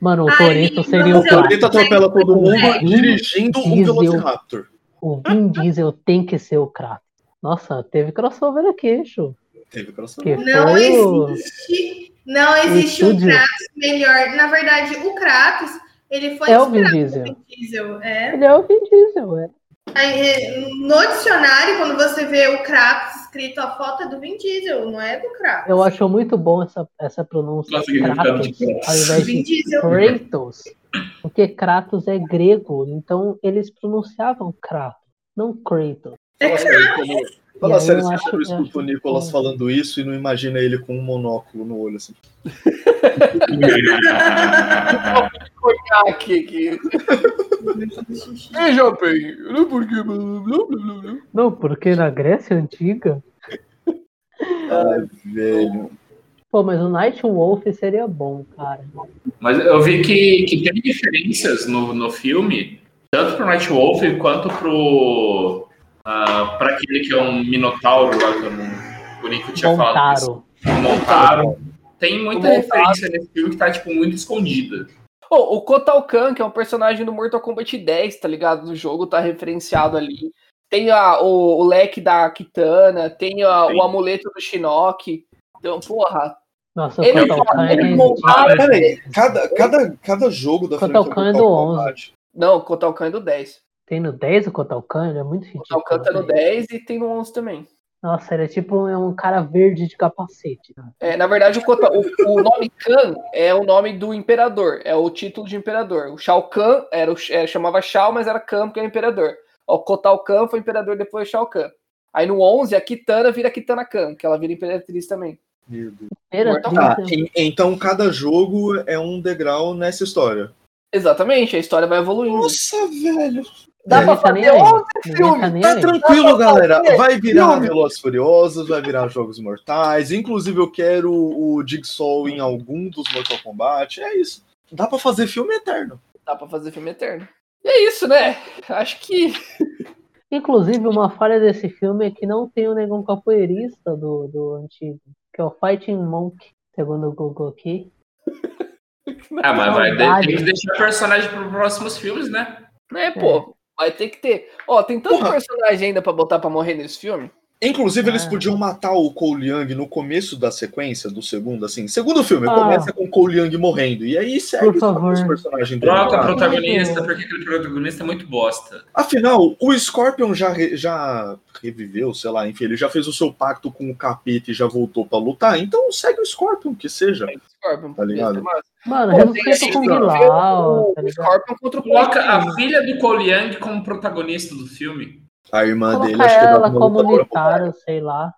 Speaker 7: Mano, o Toreto
Speaker 8: um
Speaker 7: seria o
Speaker 6: Toreto atropela todo mundo é. dirigindo Diesel, um Velociraptor.
Speaker 7: O Vin Diesel tem que ser o Kratos. Nossa, teve crossover aqui, Chu.
Speaker 6: Teve crossover.
Speaker 8: Que não foi... existe, não existe um Kratos melhor. Na verdade, o Kratos, ele foi
Speaker 7: é o Vin Diesel. Vin
Speaker 8: Diesel é.
Speaker 7: Ele é o Vin Diesel, é.
Speaker 8: No dicionário, quando você vê o Kratos escrito, a foto é do Vin Diesel, não é do Kratos.
Speaker 7: Eu acho muito bom essa, essa pronúncia Nossa, Kratos, ao invés Vin de Diesel. Kratos. Porque Kratos é grego, então eles pronunciavam Kratos, não Kratos.
Speaker 6: É Kratos. Fala sério, você sempre escuta o Nicolas falando isso e não imagina ele com um monóculo no olho assim.
Speaker 4: aqui, aqui. Veja bem, não porque.
Speaker 7: Não, porque na Grécia Antiga.
Speaker 6: Ai, velho.
Speaker 7: Pô, mas o Night Wolf seria bom, cara.
Speaker 9: Mas eu vi que, que tem diferenças no, no filme, tanto pro Night Wolf quanto pro. Uh, para aquele que é um minotauro lá que o Bonico tinha
Speaker 7: Montaro.
Speaker 9: falado. Montaro. Tem muita Montaro. referência nesse filme que tá, tipo, muito escondida.
Speaker 4: Oh, o Kotal Kahn, que é um personagem do Mortal Kombat 10, tá ligado? Do jogo, tá referenciado ali. Tem a, o, o leque da Kitana, tem a, o amuleto do Shinnok. Então, porra.
Speaker 7: Nossa, ele Kotal Kahn é...
Speaker 6: Ah, peraí, cada, cada, cada jogo da
Speaker 7: Kotal Kahn é do 11.
Speaker 4: Não, o Kotal Kahn é do 10.
Speaker 7: Tem no 10 o Kotal Kahn? Ele é muito ridículo. né?
Speaker 4: O Kotal Kahn tá no 10 e tem no 11 também.
Speaker 7: Nossa, ele é tipo é um cara verde de capacete. Né?
Speaker 4: É, na verdade, o, Kota, o, o, nome Khan é o nome do imperador, é o título de imperador. O Shao Kahn era, o, é, chamava Shao, mas era Khan porque é imperador. O Kotal Khan foi imperador depois Shao Kahn. Aí no 11, a Kitana vira Kitana Khan, que ela vira imperatriz também.
Speaker 6: Meu Deus. Imperatriz.
Speaker 4: Tá.
Speaker 6: Ah, então cada jogo é um degrau nessa história.
Speaker 4: Exatamente, a história vai evoluindo.
Speaker 6: Nossa, velho.
Speaker 4: Dá não pra fazer tá 11 filmes.
Speaker 6: Tá, tá tranquilo, galera. Vai virar Velozes Furiosos, vai virar Jogos Mortais. Inclusive, eu quero o Jigsaw em algum dos Mortal Kombat. É isso. Dá pra fazer filme eterno.
Speaker 4: Dá pra fazer filme eterno. E é isso, né? Acho que.
Speaker 7: Inclusive, uma falha desse filme é que não tem o negão capoeirista do, do antigo, que é o Fighting Monk, segundo o Google aqui.
Speaker 9: Ah, mas vai ter, tem que deixar personagem para os próximos filmes, né?
Speaker 4: É, pô. É. Vai ter que ter. Ó, tem tanto Porra. personagem ainda pra botar pra morrer nesse filme.
Speaker 6: Inclusive,
Speaker 7: É.
Speaker 6: eles ah. podiam matar o Cole Young no começo da sequência, do segundo, assim. Segundo filme, ah. começa com o Cole Young morrendo. E aí segue
Speaker 7: Por favor. os
Speaker 6: personagens
Speaker 9: dele. Troca protagonista, porque aquele protagonista é muito bosta.
Speaker 6: Afinal, o Scorpion já, re, já reviveu, sei lá, enfim, ele já fez o seu pacto com o capeta e já voltou pra lutar. Então segue o Scorpion, que seja. É,
Speaker 4: Scorpion,
Speaker 6: tá ligado?
Speaker 7: Mano, Pô, eu não com
Speaker 4: é
Speaker 7: Bilal,
Speaker 9: tá Scorpion contra o Coloca a filha do Cole Young como protagonista do filme.
Speaker 6: A irmã
Speaker 7: coloca
Speaker 6: dele, é
Speaker 7: acho que ela comunitária, sei lá.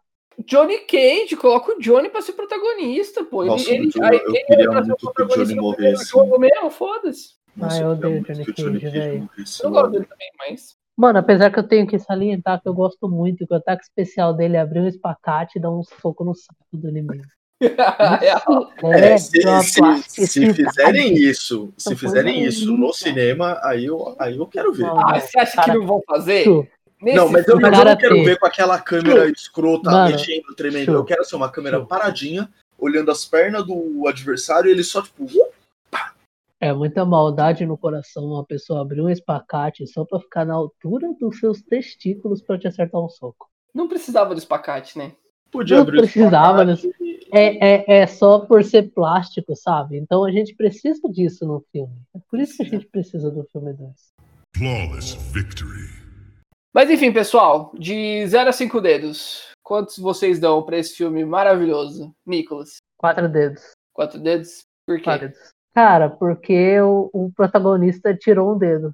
Speaker 4: Johnny Cage, coloca o Johnny pra ser protagonista, pô.
Speaker 6: Nossa, ele, ele, aí, eu ele queria muito que o Johnny morresse.
Speaker 4: Jogo mesmo, foda-se.
Speaker 7: Ah, eu odeio o Johnny Cage, velho.
Speaker 6: é
Speaker 4: Eu não gosto dele também, mas...
Speaker 7: Mano, apesar que eu tenho que salientar que eu gosto muito que o ataque especial dele é abrir um espacate e dar um soco no saco do inimigo.
Speaker 4: Ah,
Speaker 6: É, é, se, se, se, fizerem isso, se
Speaker 7: é,
Speaker 6: fizerem isso no cinema, aí eu, aí eu quero ver.
Speaker 4: Ah, você acha que não vão fazer?
Speaker 6: Nesse não, mas eu, mas eu não quero ter. ver com aquela câmera escrota, Mano, mexendo, tremendo. Eu quero ser uma câmera paradinha, olhando as pernas do adversário e ele só, tipo. Pá.
Speaker 7: É muita maldade no coração uma pessoa abrir um espacate só pra ficar na altura dos seus testículos pra te acertar um soco.
Speaker 4: Não precisava do espacate, né?
Speaker 6: Podia
Speaker 7: não
Speaker 6: abrir
Speaker 7: precisava, né? É, é, é só por ser plástico, sabe? Então a gente precisa disso no filme. É por isso que a gente precisa do filme 2.
Speaker 2: Flawless Victory.
Speaker 4: Mas enfim, pessoal, de 0 a 5 dedos, quantos vocês dão para esse filme maravilhoso, Nicolas?
Speaker 7: Quatro dedos.
Speaker 4: Quatro dedos? Por quê? Quatro dedos.
Speaker 7: Cara, porque o, o protagonista tirou um dedo.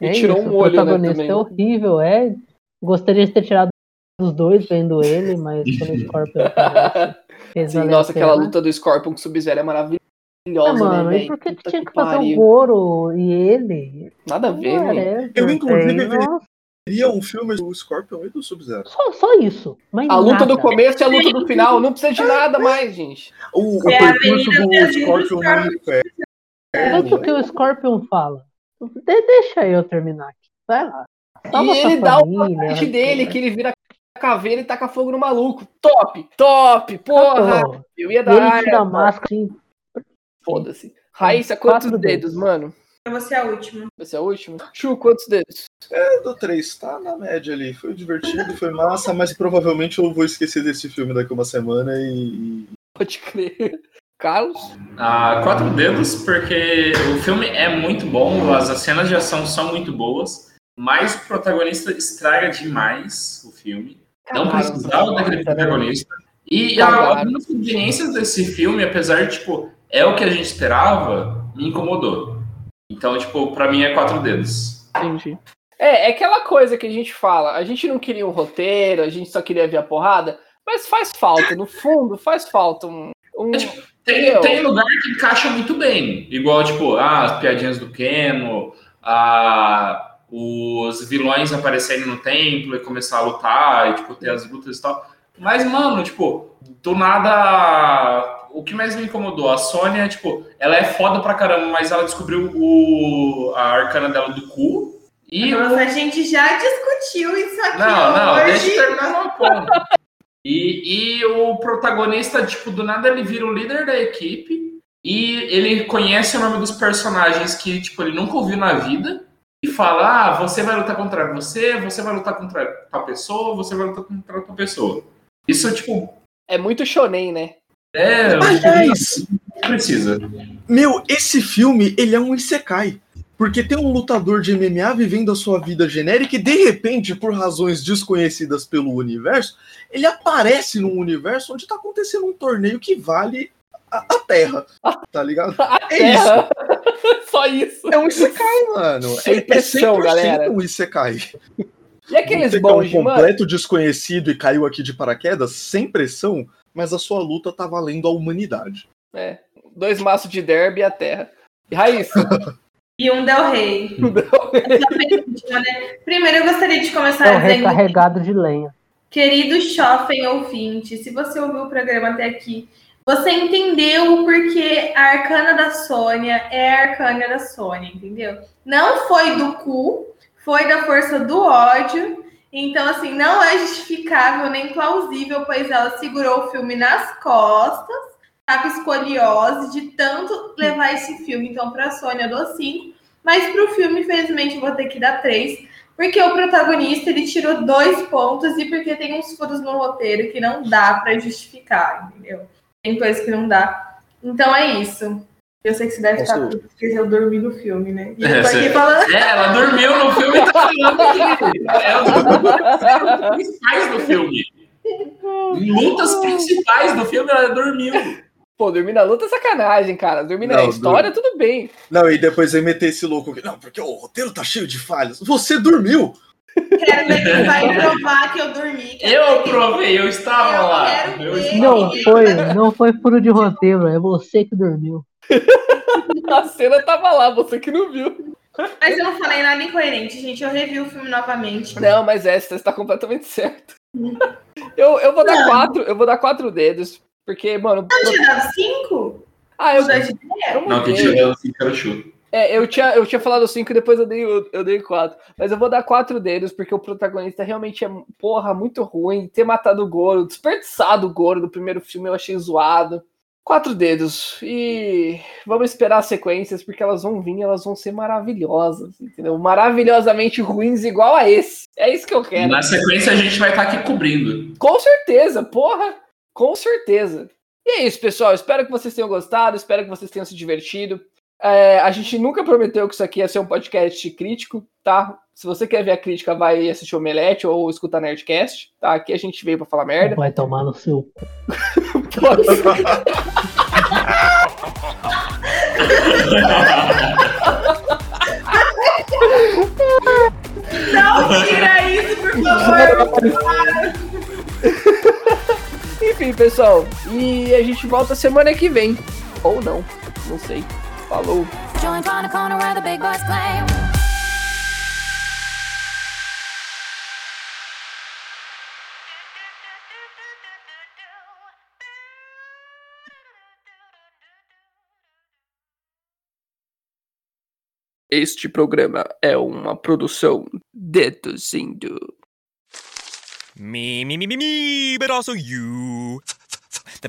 Speaker 4: é tirou isso, um olho,
Speaker 7: O protagonista
Speaker 4: né, é
Speaker 7: horrível, é. Gostaria de ter tirado os dois vendo ele, mas quando o Scorpion
Speaker 4: Sim, nossa, aquela luta do Scorpion com o Sub-Zero é maravilhosa.
Speaker 7: Ah, mano, né, e por que Puta tinha que, que fazer o Goro e ele?
Speaker 4: Nada a ver, né?
Speaker 6: Eu, inclusive, veria um filme do Scorpion e do Sub-Zero.
Speaker 7: Só, só isso. Mas
Speaker 4: a luta nada. do começo e a luta do final. Não precisa de nada mais, gente.
Speaker 6: O, o é, percurso do Scorpion no inferno.
Speaker 7: Mas o que o Scorpion fala? De, deixa eu terminar aqui. Vai lá. Tá
Speaker 4: Salva e ele dá família, o
Speaker 7: assim,
Speaker 4: parte
Speaker 7: né?
Speaker 4: dele, que ele vira caveira e taca fogo no maluco. Top, top, porra. Ah, eu ia dar.
Speaker 7: Tá Ele área, tira a máscara
Speaker 4: Foda-se. Raíssa, quantos dedos, dedos, mano?
Speaker 12: Você é a última.
Speaker 4: Você é a última? Chu, quantos dedos?
Speaker 6: É, do três. Tá na média ali. Foi divertido, foi massa, mas provavelmente eu vou esquecer desse filme daqui uma semana e.
Speaker 4: Pode crer. Carlos?
Speaker 9: Ah, quatro dedos, porque o filme é muito bom, as cenas de ação são muito boas, mas o protagonista estraga demais o filme. Não precisava daquele
Speaker 7: né?
Speaker 9: protagonista. E
Speaker 7: Tá
Speaker 9: algumas conveniências desse filme, apesar de, tipo, é o que a gente esperava, me incomodou. Então, tipo, pra mim é quatro dedos.
Speaker 4: Entendi. É, é aquela coisa que a gente fala, a gente não queria um roteiro, a gente só queria ver a porrada, mas faz falta, no fundo, faz falta um. um
Speaker 9: é, tipo, tem, tem, lugar que encaixa muito bem. Igual, tipo, ah, as piadinhas do Keno, ah, os vilões aparecerem no templo e começar a lutar, e tipo, ter as lutas e tal. Mas, mano, tipo, do nada. O que mais me incomodou? A Sônia, tipo, ela é foda pra caramba, mas ela descobriu o, a arcana dela do cu. E
Speaker 12: Nossa, o... a gente já discutiu isso aqui.
Speaker 9: Não,
Speaker 12: hoje.
Speaker 9: não, deixa eu terminar uma conta. E, e o protagonista, tipo, do nada ele vira o líder da equipe. E ele conhece o nome dos personagens que, tipo, ele nunca ouviu na vida. E fala, ah, você vai lutar contra você, você vai lutar contra tal pessoa, você vai lutar contra tal pessoa. Isso, tipo...
Speaker 4: É muito shonen, né?
Speaker 9: É, Aliás, não precisa.
Speaker 6: Meu, esse filme, ele é um isekai. Porque tem um lutador de MMA vivendo a sua vida genérica e, de repente, por razões desconhecidas pelo universo, ele aparece num universo onde tá acontecendo um torneio que vale a, a Terra. Tá ligado?
Speaker 4: A é terra. isso. Só isso.
Speaker 6: É um Isekai, mano.
Speaker 4: Sem é, pressão, é galera.
Speaker 6: um Isekai.
Speaker 4: E aqueles bons,
Speaker 6: um completo mano? desconhecido e caiu aqui de paraquedas, sem pressão, mas a sua luta tá valendo a humanidade.
Speaker 4: É. Dois maços de derby e a terra. Raíssa.
Speaker 8: E um Del Rey. né? Primeiro eu gostaria de começar
Speaker 7: Del Rey carregado de lenha.
Speaker 8: Querido Schoffen ouvinte, se você ouviu o programa até aqui, você entendeu porque a arcana da Sônia é a arcana da Sônia, entendeu? Não foi do cu, foi da força do ódio. Então, assim, não é justificável nem plausível, pois ela segurou o filme nas costas tá com escoliose de tanto levar esse filme. Então, para a Sônia, eu dou 5. Mas para o filme, infelizmente, vou ter que dar 3. Porque o protagonista ele tirou dois pontos e porque tem uns furos no roteiro que não dá para justificar, entendeu? Tem coisa que não dá. Então é isso. Eu sei que você deve estar puto, porque eu dormi no filme, né? E eu tô aqui falando.
Speaker 9: É, ela dormiu no filme e tá falando que é ela principais do filme. Lutas principais do filme, ela dormiu.
Speaker 4: Pô, dormir na luta é sacanagem, cara. Dormir na não, história, dur... tudo bem.
Speaker 6: Não, e depois aí meter esse louco aqui. Não, porque o roteiro tá cheio de falhas. Você dormiu!
Speaker 8: Quero ver quem vai provar que eu dormi.
Speaker 9: Eu, eu provei, eu estava eu lá.
Speaker 7: Não foi, não foi furo de roteiro, é você que dormiu.
Speaker 4: A cena tava lá, você que não viu.
Speaker 8: Mas eu não falei nada incoerente, gente. Eu revi o filme novamente.
Speaker 4: Não, mas é, você tá completamente certo. Eu, eu vou dar não. quatro, eu vou dar quatro dedos, porque, mano.
Speaker 8: Eu tinha dado 5?
Speaker 4: Ah, eu.
Speaker 8: É,
Speaker 9: eu não, quem tinha dado 5 era o Chu.
Speaker 4: É, eu tinha, eu tinha falado 5 e depois eu dei, eu, eu dei 4. Mas eu vou dar 4 deles, porque o protagonista realmente é, porra, muito ruim. Ter matado o Goro, desperdiçado o Goro do primeiro filme, eu achei zoado. Quatro dedos. E vamos esperar as sequências, porque elas vão vir, elas vão ser maravilhosas, entendeu? Maravilhosamente ruins, igual a esse. É isso que eu quero.
Speaker 9: Na sequência a gente vai estar aqui cobrindo.
Speaker 4: Com certeza, porra. Com certeza. E é isso, pessoal. Espero que vocês tenham gostado, espero que vocês tenham se divertido. É, a gente nunca prometeu que isso aqui ia ser um podcast crítico, tá? Se você quer ver a crítica, vai assistir o Omelete ou escutar Nerdcast, tá? Aqui a gente veio pra falar merda.
Speaker 7: Vai tomar no seu.
Speaker 4: Pode ser.
Speaker 8: Não tira isso, por favor!
Speaker 4: Enfim, pessoal. E a gente volta semana que vem. Ou não. Não sei. Falou. Este programa é uma produção deduzindo.
Speaker 1: Me, me, me, me, me, but also you. the